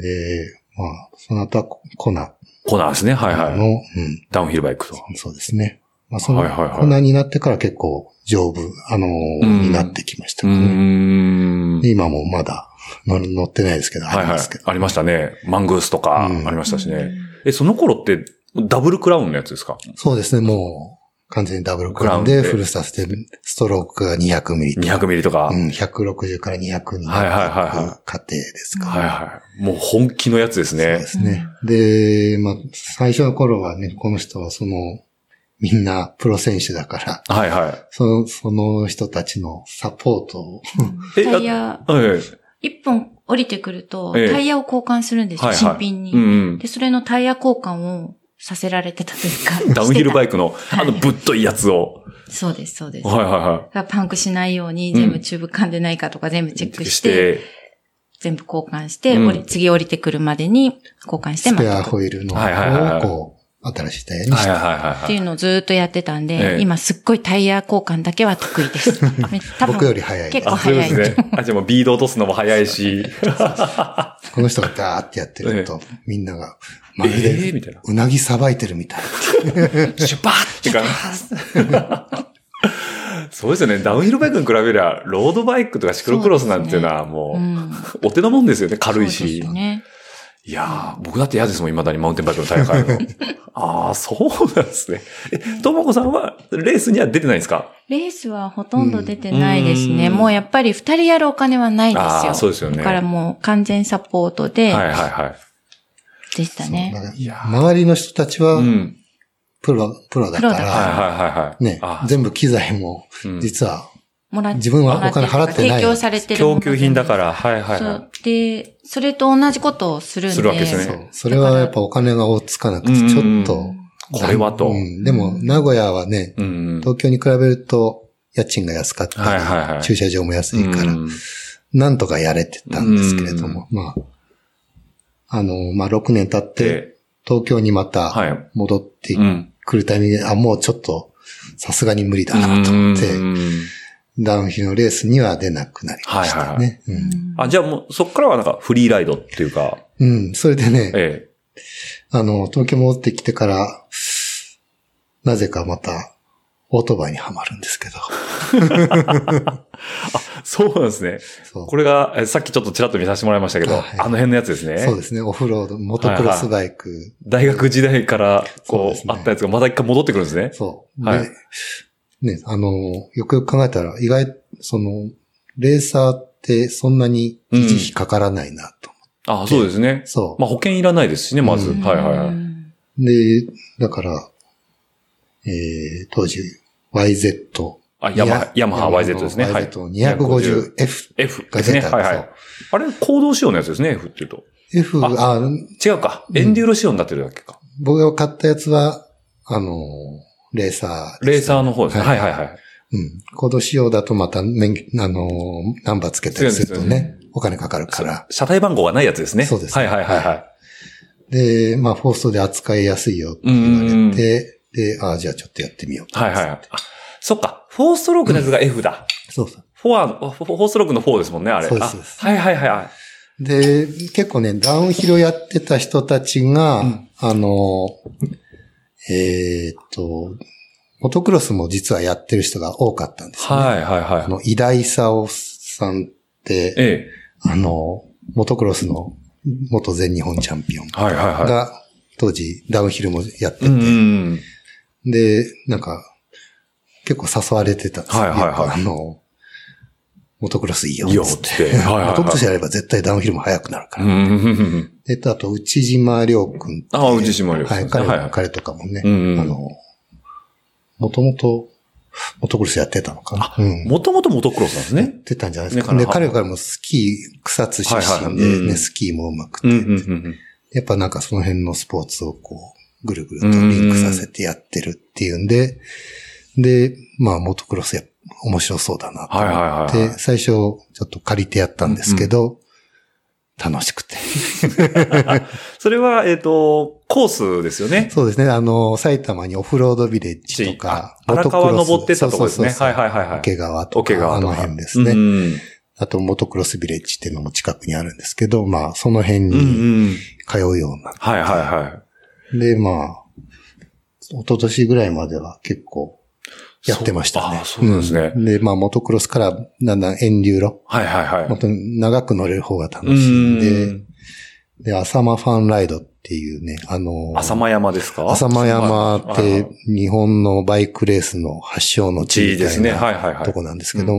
で、まあ、その後はココナ
コナーですね。はい
の、
はい。
うん、
ダウンヒルバイクと。
そうですね。まあ、その、
はいはいはい
コナになってから結構丈夫、あのー
うん
になってきました
うー
ね、
ん。
で今もまだ乗乗ってないですけど、あ
はい
り
は
ま
い
すけど。。
ありましたね。マングースとか、
うん
ありましたしね。え、その頃って、ダブルクラウンのやつですか
そうですね、もう完全にダブルクラウンで
クラウンで
フルスタスでストロークが200ミリと。
?200 ミリとか。
うん、160から200に
はいはいはい
な
は
る過程ですか。
はいはい。もう本気のやつです
そう
ね
で。すね。で、まあ、最初の頃はね、この人はその、みんなプロ選手だから、
はいは
その、その人たちのサポートを、
え
タイヤ、
い。はい。
一本降りてくると、
ええ
タイヤを交換するんですよ、
はいはい
新品に、
うんうん。。
で、それのタイヤ交換をさせられてたというか
ダウンヒルバ
イ
イク の、あの、ぶっといやつを。
ク。そうです、そうです。
はいはいは
だからパンクしないように、
うん
全部チューブ噛んでないかとか全部
い。
チェックして、、全部交換して、
うん
降り次降りてくるまでに交換して
ス
待
ペ
っ
ア
てく
ホ
る
イールの
はいはいはいはい
方をこう、新しいタイヤにし
はい
て、
はいはい
っ
は
てい
い。
うのをずーっとやってたんで、
ええ
今すっごいタイヤ交換だけは得意 です。め多分
僕より早い。
結構
あ、そう
早
で
い
すね。あ、じゃあもうビード落とすのも早いし。
この人がガーってやってると、みんなが、まる
え
で
ーみたいな、
うなぎさばいてるみたい
シュパーって感じ。そうですよね。ダウンヒルバイクに比べりゃ、ロードバイクとかシクロクロスなんていうのはもう、
うん。
お手のもんですよね。軽い
そうです
し
よ。ね。
いやー、僕だって嫌ですもん、未だにマウンテンバイクの大 会の。ああ、そうなんですね。え、ともこさんは、レースには出てないんですか
レースはほとんど出てないですね。
うん
もうやっぱり二人やるお金はないんですよ。
ああ、そうですよね。
だからもう完全サポート
はいはい
で
は
でした
な。
ね。
そうだから
い。いやー
周りの人たちは
う、ん。
プロ、プロだか
プロだ
はい
か
ら、
はいはいはい。
ね
あ、
全部機材も
うん、
実は、
もらっ
自分はお金払ってない
提供されてるもの
供給品だから、はいはい
そ
は
う。で、それと同じことをするんで。
するわけですね
そうそれはやっぱお金が追いつかなくて、ちょっと、
い。これはと。
う
うん
んでも、名古屋はね、
うん。
東京に比べると、家賃が安かったり、
はいはいはい
駐車場も安いから、
うん
なんとかやれてたんですけれども、まあ、あの、まあ、6年経って、
で、
東京にま
は
た
い。
戻って
うん。
くるタイミングで、あ、もうちょっとさすがに無理だなと思って、
うん
ダウンヒルのレースには出なくなりましたね。
あ、じゃあもうそっからはなんかフリーライドっていうか、
うん。うん。それでね、
え
あの、東京戻ってきてから、なぜかまた、オートバイにはまるんですけど。
え。そうなんですね。
そう
これが、えさっきちょっとちらっと見させてもらいましたけど、
はい
あの辺のやつですね。
そうですね。オフロード、モトクロスバイク。
大学時代から、
そう
こ
で
う
すね
あったやつがまた一回戻ってくるんですね。
そう。
はい
で、ね、あの、よくよく考えたら、意外、その、レーサーってそんなに維持費かからないなと。
あそうですね。
そう。
まあ保険いらないですしね、まず。
う
はいはいはい。
い。
で、だから、えー、当時、YZ。
あ、ヤマハ、ヤマハ YZ ですね。はい。
250F
F
が
です
出
ね。
たん
はいは
で
い。あれ、行動仕様のやつですね、F っていうと。
すよ。F、あ、
違うか。
うん
エンデューロ仕様になってるだけか。
僕が買ったやつは、あの、レーサーで
レー
した。
サーの方ですね。は
はいい
はいはい。
うん。コード仕様だとまた、免許あの、ナンバーつけたりすると
そうですよ
ね、お金かかるから。
車体番号がないやつですね。
そうですね
はいはいはいはい。
で、まあ、フォーストで扱いやすいよって言われて、で、ああ、じゃあちょっとやってみよう。
はいはいはい。あ、そっか。フォーストロークのやつが F だ。
そうそう。
フォア、フォフォーストロークの4ですもんね、あれ。
そうです
あ
そうです
はいはいはいはい。
で、結構ね、ダウンヒルやってた人たちが、
うん
あの、えーっと、モトクロスも実はやってる人が多かったんですよね。
はいはい
あ
はい。
の、偉大さおさんって、
え
あの、モトクロスの元全日本チャンピオン
え。はいはいはい。
が、当時ダウンヒルもやってて、
うんうん。
で、なんか、結構誘われてたんですよ。
はいはいはい
やっぱあの、モトクロスいいよ
いいよ
つっ
つってはい
て。
はいはい
モトクロスやれば絶対ダウンヒルも速くなるか
う
ら。
んうんうん
えっと、あと、内島亮君
ああ、宇治島よ。
はい、彼、
はいはい。
彼とかもね、
うんうん
あの、もともと、モトクロスやってたのかな。うん
もともとモトクロスなんです
やっ
ね。
てたんじゃないですか。
ね
で、
かな
彼からもスキー、草津出身
はいは
で
い
ね、
うん
スキーもうまくて、
うんうんうん
やっぱなんかその辺のスポーツをこう、ぐるぐるとリンクさせてやってるっていうんで、で、まあ、モトクロスや、面白そうだなと
はいはい
思って、
はいはい
最初、ちょっと借りてやったんですけど、楽しくて。
それは、えっと、コースですよね。
そうですね、あの、埼玉にオフロードビレッジとか、
あ荒川
モトクロス
登ってったとこですね。
そうそうそう
はいはいはいはい。
桶川と
桶
か、
川
あ
と
の
か
辺ですね。
うん
あと、モトクロスビレッジっていうのも近くにあるんですけど、まあ、その
う
辺
ん。うん
に
うん。
通うようになっ
はいはいはい。
で、まあ、一昨年ぐらいまでは結構やってましたね。
そうあーそうなんですね
んで、まあ、モトクロスからだんだん遠流路、
はいはいはい。
本当に長く乗れる方が楽
う
しいんで、
ん。
で、浅間ファンライドっていうね、あのー
浅間山ですか
浅間山っ
はい
て日本のバイクレースの発祥の地
地
み
で
た
す
い
ね。
な
はいはいはい。
とこなんですけど、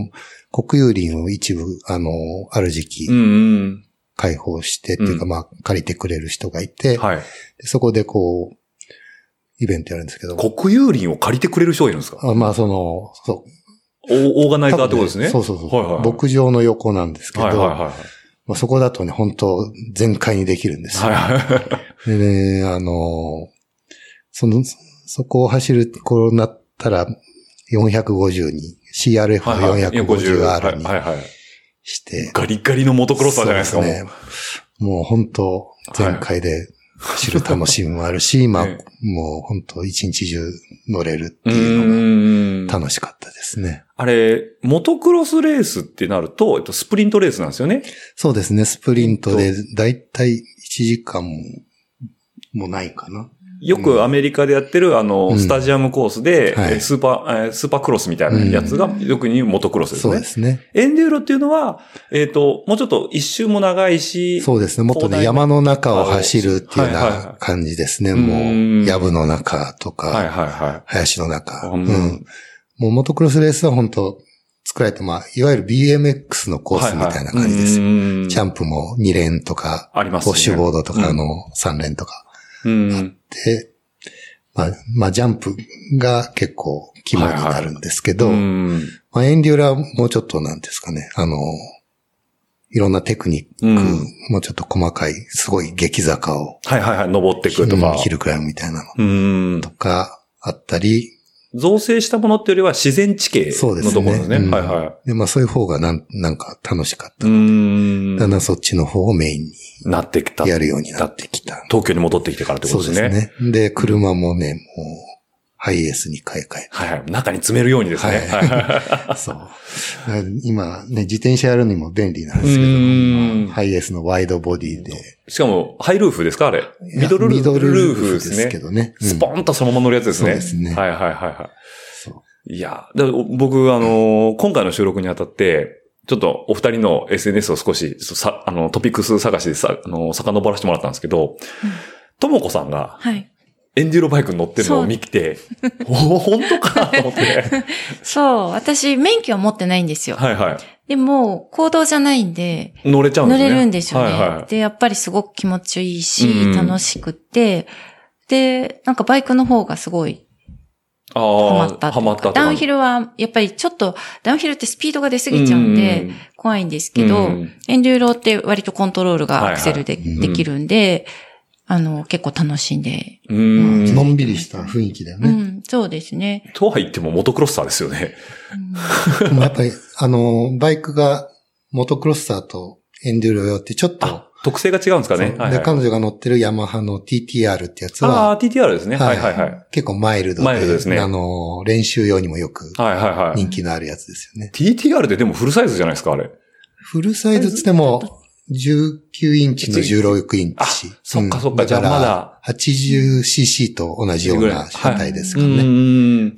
国有林を一部、あのーある時期
うんうん。
開放して、っていうか
うん
まあ借りてくれる人がいて、
はい。
でそこでこう、イベントやるんですけど、
国有林を借りてくれる人がいるんですか
あまあ、その、そう。
オオーガナイザーってことです
多分
ね。
そうそうそう。
はいはいはい。
牧場の横なんですけど、
はいはいはいはい。
まあ、そこだとね、本当全開にできるんですよ。
はいはい。
でね、あの、その、そこを走る頃になったら、
はいは
450に、
い
CRF450R に
はいはいはい。
して、
ガリガリのモトクロスターじゃないですか、
そう
も
ね。もう本当全開で走る楽しみもあるし、ま あ、
え
もう本当一日中乗れるって
う。う
いうの
ーん
が楽しかったですね。
あれ、モトクロスレースってなると、えっと、スプリントレースなんですよね。
そうですね、スプリントで、だいたい1時間も、もないかな。
よくアメリカでやってる、あの、
うん
スタジアムコースで、
はい
えスーパー、えースーパークロスみたいなやつが、
うん
よくにモトクロスです
そう
ね
で。すね。
エンデューロっていうのは、えっ、と、もうちょっと一周も長いし、
そうですね。もっと
広大な
ね、山の中を走るっていうよう
はいはいは
ない感じですね。
うん
もう、藪の中と
はい
か、
はいは
林の中。
う
うんん。もうモトクロスレースは本当作られた、まあ、いわゆる BMX の
い。
コースみたいな感
は
じ
い
で
はい
す
う
よ。
ーん
ジャンプも2連とか、
ありますね
ポッシュボードとか、
う
あ
ん
の、3連とか。
うん。
で、まあ、まあ、ジャンプが結構肝になるんですけど、
うん
まあ、エンデューラーはもうちょっとなんですかね、あの、いろんなテクニック、
うん
もうちょっと細かい、すごい激坂を、
はいはいはい、登ってく
う
るとか
ん。ヒルクライムみたいなの
うん
と。かあったり、
造成したものっていうよりは自然地形
そうで
の
すね。
ところですね。
うん
はいはい。
で、まあそういう方がなん、なんか楽しかっ
う
た。
ん。
だんだんそっちの方をメイン
なってきた。
にやるようになってきた。
東京に戻ってきてからってこ
そ
と
う
で
です
ね。
すね。で、車もね、もう、ハイエースに買い替え
はいはい。中に詰めるようにですね。
はい
は
た。そう。だから今ね、自転車やるにも便利なん
い。う
ですけ
ーん
ど、ハイエースのワイドボディで。
しかも、ハイルーフですかあれ。ミドルル
いやミドル
ル
ル
ーフ
ーフ
で
ですすけ
ね。
どね。
スポンとそのまま乗るやつですね。
そうですね
はいはいはいはい。
そ
いや、だから僕、あのー今回の収録にあたって、ちょっとお二人の SNS を少し、そさあの、トピックス探しでさ、あのー、遡らせてもらったんですけど、ともこさんが
はい。
エンデューロバイクに乗ってるのを見 て、おお、本当かと思って。
そう、私、免許は持ってないんですよ。
はいは
でも、行動じゃないんで、
い。乗れちゃうんで
乗
すね。
れるんですよね。
はいはい。
で、やっぱりすごく気持ちいいし、
うん
楽しくて、で、なんかバイクの方がすごい
あ
ハマ
あ
っ
ー、
たって
は
いうか
まった
ダウンヒ
ル
ルは、やっぱりちょっと、ダウンヒルってスピードが出すぎちゃうんで、、怖いんですけど、
うん
エンデューロって割とコントロール
はいは
が
い
アクセルで
うん
できるんで、あの、結構楽しんで。
う
う。
ん。
のんびりした雰囲気だよ
う
ね。
ん、そうですね。
とは言ってもモトクロッサーですよね。
うん
でもやっぱり、あの、バイクがモトクロッサーとエンデューロ用ってちょっと、
あ、特性が違うんですかね。
そう
はい
で、
はい。
彼女が乗ってるヤマハの TTR ってやつ
あ
は、
あ、TTR ですね。はいはいはい。
結構マイルド
マイルドですね
あの、練習用にもよく
はいはいはい。
人気のあるやつですよね。
TTR ででもフルサイズじゃないですか、あれ。
フルサイズっつっても、19インチの16イン
あ
チ。
そっかそっか
うん
じゃあまだ。
から 80cc と同じような車体ですから
う
ね。
ん。
うん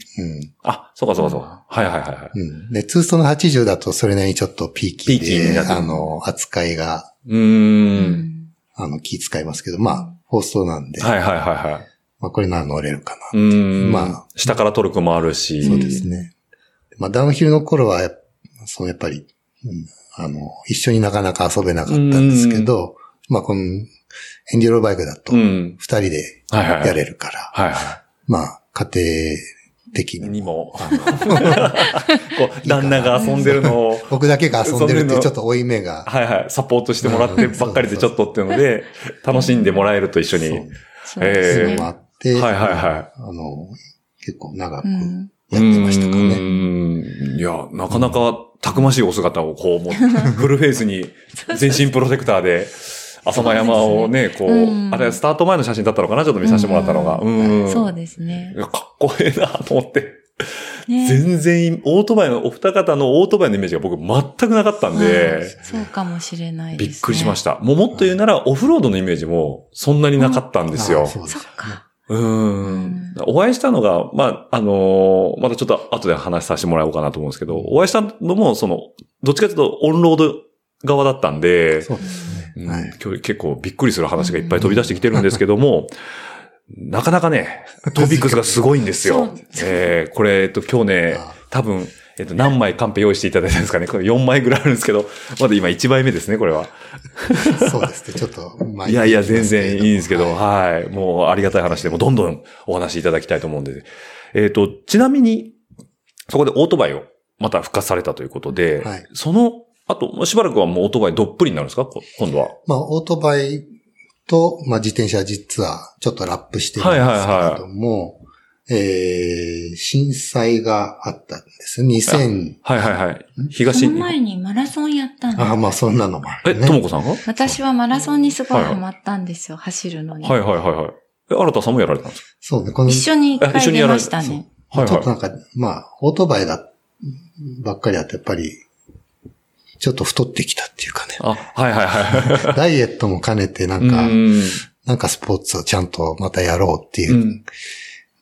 あ、そうかそうかそうか。はいはいはいはい。
うんで、ツーストの80だとそれなりにちょっとピーキー
ピーキーに
で、
なってる
あの、扱いが、
う。
うんん
あの、気使いますけど、まあ、フォーストなんで、
はいはいはいはい。
まあ、これなら乗れるかな。
うん。ま
ま
あ
あ。
下からトルクもあるし。
そうですね。まあ、ダウンヒルの頃は、そう、やっぱり、うんあの、一緒になかなか遊べなかったんですけど、まあ、この、エンデューロバイクだと、
う
二
ん。
人で
はいはい。
やれるから、
はいは
まあ、家庭的
い。
に。
にも。こう、旦那が遊んでるのを。
僕だけが遊んでるっていうちょっと負い目が。
はいはい。サポートしてもらってばっかりでちょっとっていうので、楽しんでもらえると一緒に。
そう
は
そうです
え
の
ね。
もあって、
いはいは
あの、結構長く
う
や
ん
い。
ってましたからね。
うん。いや、なかなかたくましいお姿をこう、もう、フルフェイスに全身プロテクターで、浅間山をね、こ
う
う、
ん
あれスタート前の写真だったのかなちょっと見させてもらったのが。うん。
そうですね
い。やかっこええなと思って。
ね
全然、オートバイの、お二方のオートバイのイメージが僕全くなかったん
はい
で、
そうかもしれないです
び
ね。。
っくりしましたた。もうもっと言うなら、オフロードのイメージもそんなになかったんです
あ
よ。
そうです
そっか。
うん。お会いしたのが、まあ、あのーまたちょっと後で話させてもらおうかなと思うんですけど、お会いしたのも、その、どっちかというとオンロード側だったんで、
そうです
う
ね。
ん
はい。
今日結構びっくりする話がいっぱい飛び出してきてるんですけども、なかなかね、トピックスがすごいんです
そ
よ
う。
えーこれ、えっと、今日ね
あ、
多分、えっと、何枚カンペ用意していただいたんですかね。これ4枚ぐらいあるんですけど、まだ今1枚目ですね、これは。
そうですね。ちょっと、まあ
いやいや、全然いいんですけど、
はい
はい。もうありがたい話で、もうどんどんお話しいただきたいと思うんで。えっ、と、ちなみに、そこでオートバイをまた復活されたということで、
はい
その後、もうしばらくはもうオートバイどっぷりになるんですかこ今度は。
まあ、オートバイと、まあ、自転車実はちょっとラップしてるんですけれども、えー、震災があったんです。2000、
はいはいはい。
そ
東
の前にマラソンやったん
あ
で
まあ、そんなのもあ
え、
る、ね。
ともこさんが、
私はマラソンにすご
はい
い
はい
ハマったんですよ、走るのに。
はいはいはいはい。え、新田さんもやられたんです
そうね、この、
一
ち
緒に一
あ一緒
回
に
出
やられ
ましたね。
かはい
ょっと
は
なんか、まあ、オートバイだ、ばっかりだと、やっぱり、ちょっと太ってきたっていうか ね。
い。あ、はいはいは。
ダイエットも兼ねて、ないんか、
うん
なんかスポーツをちゃんとまたやろうって
う。
いうん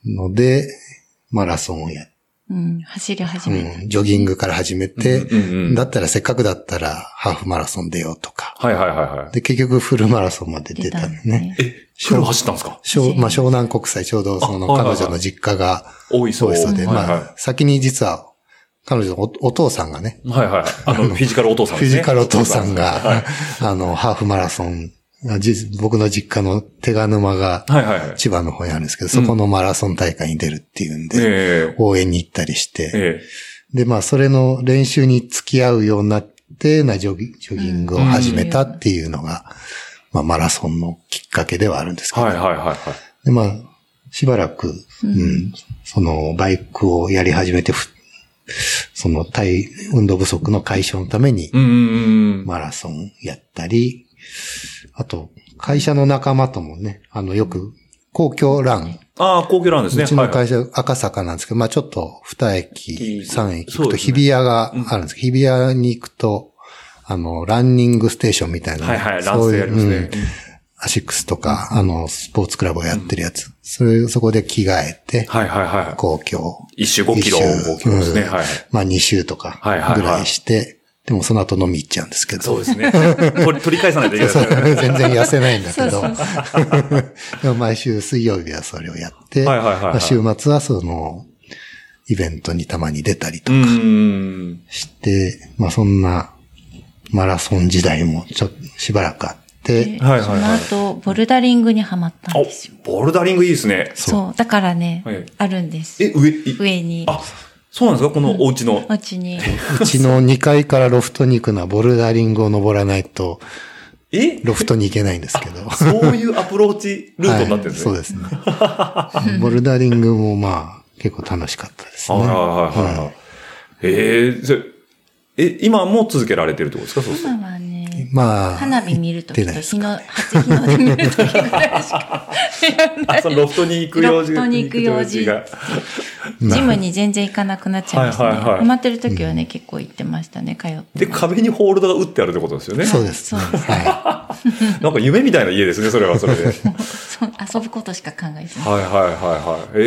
ので、マラソンをやっ
うん、走り始めた。
うん、ジョギングから始めて、
うんうん。
だったらせっかくだったらハーフマラソン出ようとか。
はいはいはいはい。
で、結局フルマラソンまで出たん
ん
で
です
ね。。
え、白走ったんですか
湘まあ、湘南国際、ちょうどその
あはいはいは
彼
い
女の実家が
大磯
そうそうで、
はい
ま
はい
あ、先に実は彼女のおお父さんがね、
はいはい。あの、フィジカルお父さん
フ
で
ィ
すね。
ジカルお父さんが、 あの、ハーフマラソン、じ僕の実家の手賀沼が
はいはいはい。
千葉の方にあるんですけど、そこのマラソン大会に出るっていうんで、
え
応援に行ったりし
え。
て、
え
で、まあ、それの練習に付き合うようになって、なジョギジョギングを始めたっていうのが、まあ、マラソンのきっかけではあるんです
え。
けど、
はいはいはいはい。
で、まあ、しばらく、うん、その、バイクをやり始めて、ふその、体、運動不足の解消のために
う、んうんうん。
マラソンやったり、あと、会社の仲間ともね、あの、よく、公共ラン、
ああ、皇居なんですね。
うちの
はい
会社、赤坂なんですけど、まあちょっと
い
二
い
駅、三駅行
そう
くと
ですね
日比谷があるんですけど、日比谷に行くと、あの、ランニングステーションみたいな。
はいはい、ラン
そ
ス
うい
で
う
やりますね。
うんアシックスとか、あの、スポーツクラブをやってるやつ。それ、そこで着替えて、
はいはいはい。
公共。
一周5キロ、
一周
5キロですね。
うん
はい。
まあ2周とか
はいはいはい
ぐらいして、でもその後飲み行っちゃうんですけど。
そうですね。 取り取り返さないといけないですね。
全然痩せないんだけど
そう。
でも毎週水曜日はそれをやって、
はいはいはいはい
まあ週末はその、イベントにたまに出たり
う
と
ーん。
して、まあそんなマラソン時代もちょっとしばらくあって、
はいはいはい
その後、ボルダリングにはまったんですよ。
お、ボルダリングいいですね。
そう。だからね、
はい
あるんです。
え、上、い
上に、
あ、そうなんですかこのお家の。
お家に。
うちの2階からロフトに行くのはボルダリングを登らないと、
え
ロフトに行けないんですけど。
そういうアプローチルートになってるんですね。
はいそうですね。ボルダリングもまあ、結構楽しかったですね。
はいはいはいはい。はい、えーそれえ、今も続けられてるってことですかそうそう。
今はね、
まあ、
花火見るとき
行ってな
と
いで
日
す
の、
か
初日の出見るときぐらいしか。
あ、そのロフトに行く用事
ロフトに行く用事
が。
ジムに全然行かなくなっちゃいましたね。
はいはいはい
泊まってる時はね、結構行ってましたね、通って。
で、壁にホールドが打ってあるってことですよね。
そうですね。
そうで
は
なんか夢みたいな家ですね、それはそ れで。はい
そう遊ぶことしか考えてない。
はいはいはい。え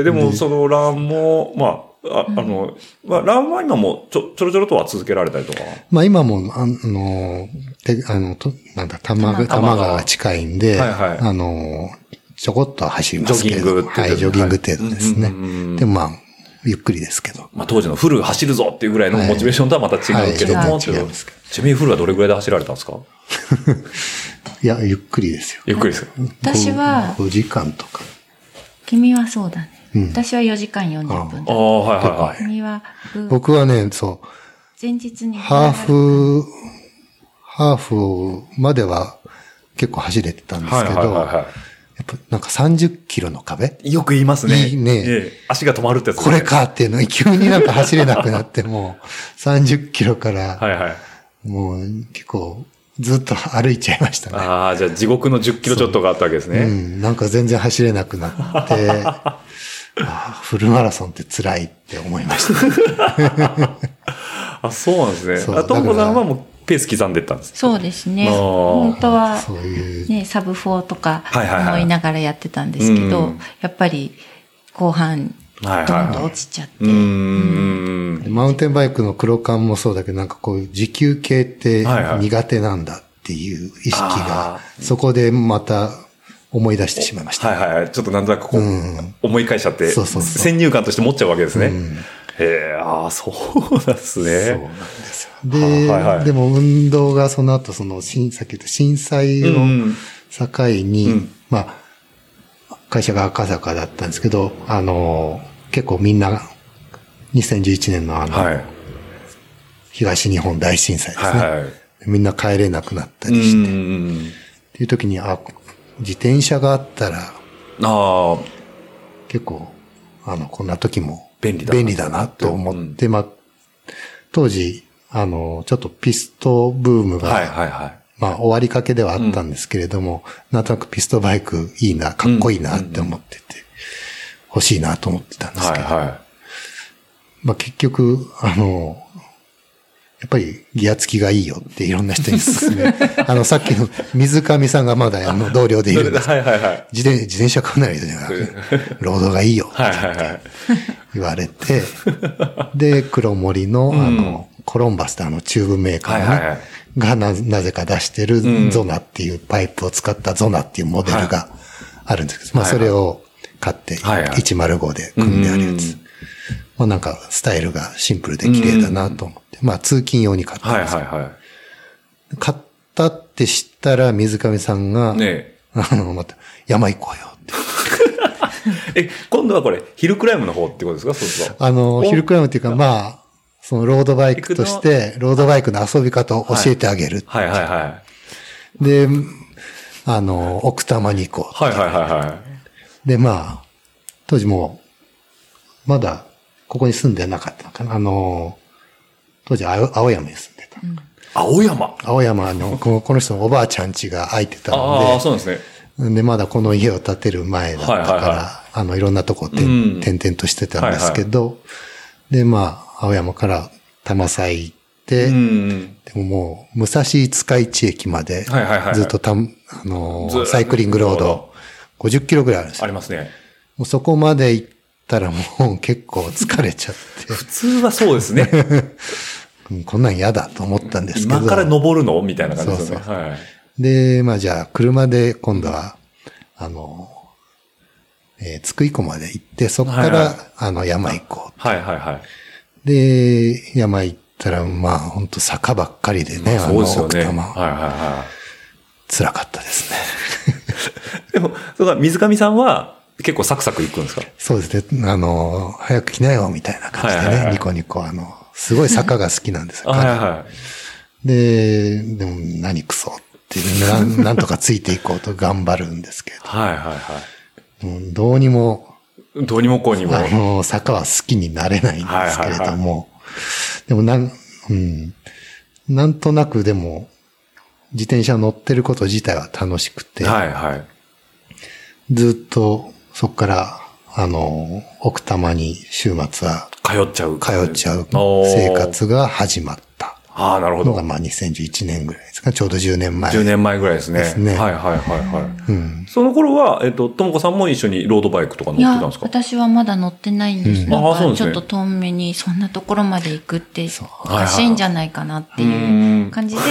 ー、でもそのランも、まあ、ああの、まあ、ランは今もちょちょろちょろとは続けられたりとか。はい
い。まあ今も、あの、てあの、となんだ、玉
多摩
が、玉川が近いんで、
はいはい
あの、ちょこっとは走りますけど。
ジョギングって
はい、ジョギング程度ですね。
うんうんうんうん
でもまあ、ゆっくりですけど。
まあ当時のフル走るぞっていうぐらいの
はい
モチベーションとはまた違うけども、
はい
っていう
違うんですけ
ちなみにフルはどれぐらいで走られたんですか
いや、ゆっくりですよ。
ゆっくりですか
私は、
5時間とか。
君はそうだね。
うん
私は4時間40分
あ
だ。
あ、はいはいはい。
君は、
僕はね、そう、
前日に。
ハー。フ、ハーフまでは結構走れてたんです
はい
け
はい
ど、
はいは
やっぱなんか30キロの壁
い。よく言いますね。
いい
え
ね
え足が止まるってやつ、
これ。かっていうのに急になんか走れなくなっても う30キロから
はいはい。
もう結構ずっと歩いちゃいましたね。
ああ、じゃあ地獄の10キロちょっとがあったわけです
う
ね。
ん、なんか全然走れなくなって、 ああフルマラソンって辛いって思いま した。
あ、そうなんです
そ
ね。
う
あ、ともこ
だ
さん
から
はもうペース刻んでったんです。
そうですね。
あー
本当は、
そういう、
ね、サブ4とか
はいはいはい
思いながらやってたんですけ
う
ど、
ん
やっぱり後半、
はい
どん
はい
どん
はい。
落ちちゃって、
うーん。
マウンテンバイクの黒缶もそうだけど、なんかこう時給系って
はいはい
苦手なんだっていう意識
あ
が、そこでまた思い出してしまいました。
はいはいはい。ちょっとなんとなくこう、
うん
思い返しちゃって、
そうそうそう
先入観として持っちゃうわけですね。
うん
へえ、ああ、そうなんですね。
そうなんですよ。で、
はあはいはい
でも運動がその後、その、震さっき言った震災
うんう
を
ん
境に、
うん
まあ、会社が赤坂だったんですけど、あの、結構みんな、2011年のあの、
はい。
東日本大震災ですね、
はいはい。
みんな帰れなくなった
う
りして、っ
ん。
ていう時に、あ、自転車があったら、
ああ、
結構、あの、こんな時も
便利だな
便利だなと思って、まあ、当時、あの、ちょっとピストブームが、
はいはいはい。
まあ、終わりかけではあったんですけれども、なんとなくピストバイクいいな、かっこいいなって思ってて、欲しいなと思ってたんです
は
け
い
ど、
は
まあ結局、あの、やっぱりギア付きがいいよっていろんな人に勧 め、あの、さっきの水上さんがまだあの 同僚でい
い。
るんです
はいはいはい。
自転自転車買うならいいじゃない労働がいいよ
はいはいはい。
言われ て、で、黒森の、あの、コロンバスってあのチューブメーカーのね、
はいはいはい
がななぜか出してるゾナっていうパイプを使ったゾナっていうモデルがあるんですけど、まあ
はいは
そ
い
れを買って、
はいはい
105で組んであるやつ。
うん
まあなんかスタイルがシンプルで綺麗だなと思って、まあ通勤用に買ったん
はい
ですよ、
はいは
買ったって知ったら水上さんが、
い。ねえ。
あの、また山行こうよって。
え、今度はこれ、ヒルクライムの方ってことですかそうすると。
あの、
お
ヒルクライムっていうか、まあ、そのロードバイクとして、ロードバイクの遊び方を教えてあげる。
はいはいはい。
で、あの、奥多摩に行こう。
はいはいはいはい。
で、まあ、当時もう、まだ、ここに住んでなかったのかな。あの、当時、青青山に住んでた。
青山
青山の、このこの人のおばあちゃん家が空いてたの
ああ、
で、
そうなんですね。
で、まだこの家を建てる前だったから、
はいはいは
あの、いろんなとこて、
うん
転々としてたんですけど、で、まあ、青山から玉祭行って、
うん。
でももう、武蔵塚市駅まで、
はいはいはいはい
ずっとたん、あの
ずーっ
ー、
と
サイクリングロード、50キロぐらいあるんです
あ
よ。
りますね。
もうそこまで行ったらもう結構疲れちゃっ て、
普通はそうです ね。
うんこんなん嫌だと思ったんですけど。
今から登るのみたいな感じですよね。
そ
はい。
で、まあじゃあ、車で今度は、あの、えー、津久井湖まで行って、そこから、
はいはい
あの、山行こ
はいはいはい。
う。で、山行ったら、まあ、本当坂ばっかりでね、あ
そ
の、
うですよ
奥
ね。はい
多
はい
摩、
は
辛かったですね。
い。でも、それは水上さんは結構サクサクいくんですか
そうですね、あの、早く来なよ、みたいな感じでね、
はいはいはい
ニコニコ、あの、すごい坂が好きなんです よ。
はい
彼
は
で、でも、何クソっていう な、なんとかついていこうと頑張るんですけ
い。はいはいは
ど、もうどうにも
い。どうにもこうにも。
あの、坂は好きになれないんですけれども、でもなん、うん、なんとなくでも、自転車乗ってること自体は楽しくて、
はいはい。
ずっとそこから、あの、奥多摩に週末は
通っちゃう。
通っちゃう
おー
生。活が始まった
ああ、なるほ
の
ど
が、。まあ、2011年ぐらいですか、ちょうど10年前。
10年前ぐらいですね。
ですね
はいはいはいはい。
うん。
その頃は、えっと、ともこさんも一緒にロードバイクとか乗っ
い
てた
や
んですか
私はまだ乗ってないんです、
うん
あ
な
あそうなん
ん
です
かち
ね
ょっと遠目にそんなところまで行くって
そう
おかしいんじゃないかなっていう
ーん
感じで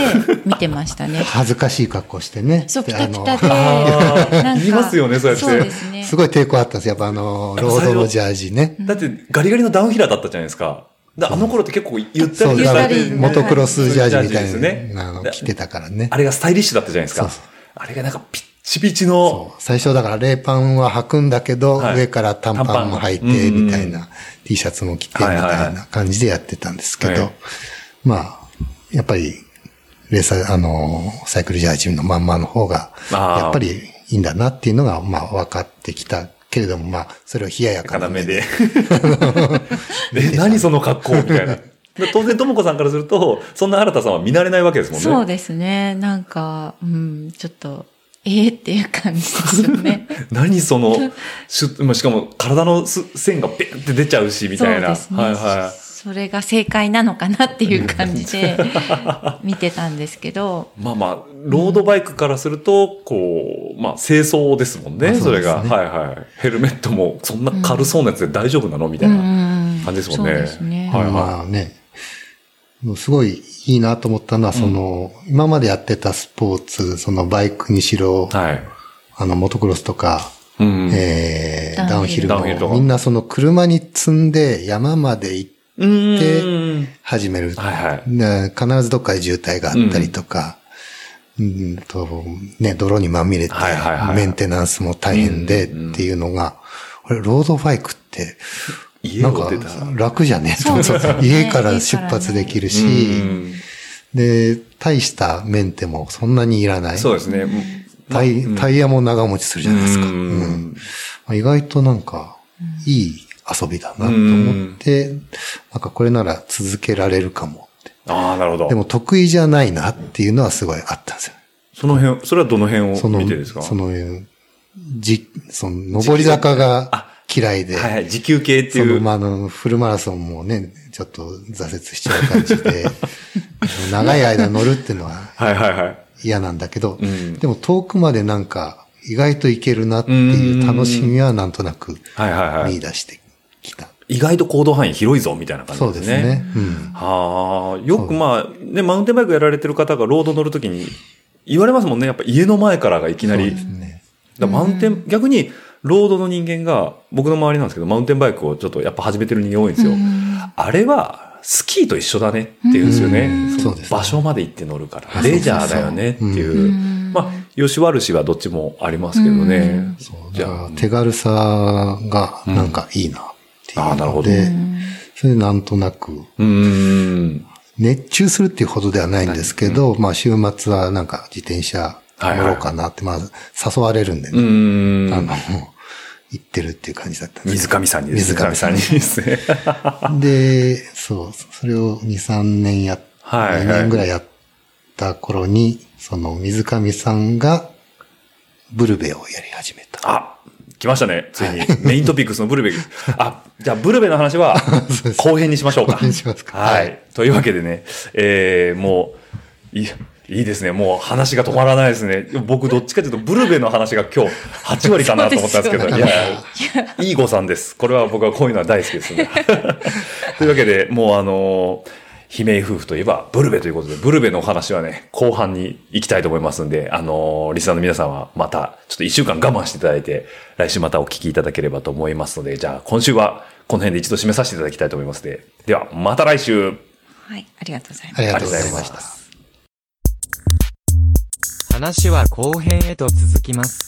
見てまし たね
恥ずかしい格好してね。
そうピ
で
タ
あ
ピ
の
タで
あー
なんか
言いますよねそうやって
そうですね
すごい抵抗あったんですやっぱあの、ロードのジャージね。
だって、ガリガリのダウンヒラーだったじゃないですか。だあの頃って結構ゆった
そ
り
う、
と
だ
し
か
た
ら
ゆったり、
モトクロスジャージみた
ジャージです
い
ね
な、あの、
だ
着てたからね
あ。れがスタイリッシュだったじゃないですか。
そう
あれがなんかピッチピチの、
最初だから、冷パンは履くんだけど、
はい
上から短パンも履い
短
て、
パン
みたいな、T シャツも着て、み
はいはいはい
たいな感じでやってたんですけ
は
ど
い、
まあ、やっぱり、レーサー、あの、サイクルジャージのまんまの方が、
あー
やっぱりいいんだなっていうのが、まあ、分かってきたけれども、まあ、それを冷ややか
固
な
め
目
で
で。。
え、何その格好みたいな。で当然、ともこさんからすると、そんな新田さんは見慣れないわけですもんね。
そうですねなんかうんちょっとええっていう感じですよね
何その、しゅまあしかも体のす線がベンって出ちゃう し、み
そう
たいな。
ですね、
はいは
それが正解なのかなっていう感 じで見てたんですけど
い。まあまあ、ロードバイクからすると、こう、まあ、清掃ですもんね、
まあ
そ
そう
れ
ですね
が。はいはい。ヘルメットも、そんな軽そうなやつで大丈夫なのみたい
うん
な。
うんうん
感じですもんね
そうですね、
はい
まあね、もうすごいいいなと思ったのは、その、今までやってたスポーツ、そのバイクにしろ、
はい。
あの、モトクロスとか、
うん。
えー、
ダ
ダ
ウ
ウ
ン
ン
ヒ
ヒ
ル
ル
ダウンヒルと
も、
か
みんなその車に積んで山まで行って
うん
で始める。
はいはい。
ね必ずどっかで渋滞があったりとか、うんと、ね、泥にまみれて
はいはいは、い
メンテナンスも大変でっていうのが、これ、ロードバイクって、
家
なん
を
か
出たら。
楽じゃねえ
そうですね
家から出発できるし、
うん
で、大したメンテもそんなにいらない。
そうですね。
タイタイヤも長持ちするじゃないですか。
うん
うんまあ意外となんか、いい遊びだなと思って、なんかこれなら続けられるかもって。
ああ、なるほど。
でも得意じゃないなっていうのはすごいあったんですよ。
その辺、それはどの辺
そ
を
の、
見てですか
その、じ、その、上り坂が嫌いで、
はいはい、時給系って
そ
い
の、
う。
まあ、あの、フルマラソンもね、ちょっと挫折しちゃう感じ で、長い間乗るっていうのは
はいはいはい。
嫌なんだけど、
うん
でも遠くまでなんか意外といけるなっていう楽しみはなんとなく
はいはいは
見
い。
出してきた。
意外と行動範囲広いぞ、みたいな感
そう
じ
で
ですすね。
ね。うん
はあ、よくまあ、ね、マウンテンバイクやられてる方がロード乗るときに、言われますもんね。やっぱ家の前からがいきなり。
そうですね
だからマウンテン、逆に、ロードの人間が、僕の周りなんですけど、マウンテンバイクをちょっとやっぱ始めてる人間多いんですよ。あれは、スキーと一緒だねって言うんですよね
うん。
の
そうですね
場所まで行って乗るから。
あ
レジャーだよねって
う
いう。
ん
まあ、よし悪しはどっちもありますけどね。
そう
じ
だ
ゃ
か
あ
ら、手軽さがなんかいいなっていう
ああ、なるほ
の
ど。
で、
う
それでなんとなく
ーん。
熱中するっていうほどではないんですけど、まあ週末はなんか自転車乗ろうかなって、まあ誘われるんで
う
ね、
ー
あ
ん
の。、行ってるっていう感じだったんです
水上さんにです
水上さんに
ですね。
で、そう、それを2、3年やっ、
はいはい
2年ぐらいやった頃に、その水上さんが、ブルベをやり始めた。
あ、来ましたね。ついに。メイントピックスのブルベ。あ、じゃあブルベの話 は後編にしましょうか。
後編にしますか
は。
はい
というわけでね、えー、もう、いい、いいですね。もう話が止まらないですね。僕どっちかというとブルベの話が今日8割かなと思ったんですけど、
そう
い
で
や
す
いや、いい誤算です。これは僕はこういうのは大好きですね。 というわけで、もうあのー悲鳴夫婦といえばブルベということで、ブルベのお話はね、後半に行きたいと思いますんで、あのーリスナーの皆さんはまた、ちょっと一週間我慢していただいて、来週またお聞きいただければと思いますので、じゃあ今週はこの辺で一度締めさせていただきたいと思いますので、ではまた来週
はい、ありがとうございます
あ。りがとうござい
ありがとうございま
まし
した
た。
話は後編へと続きます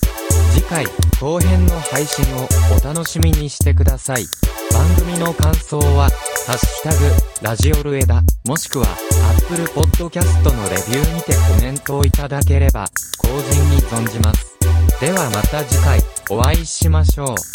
次回後編の配信をお楽しみにしてください番組の感想は「ハッシュタグラジオルエダ」もしくは Apple Podcast のレビューにてコメントをいただければ後人に存じますではまた次回お会いしましょう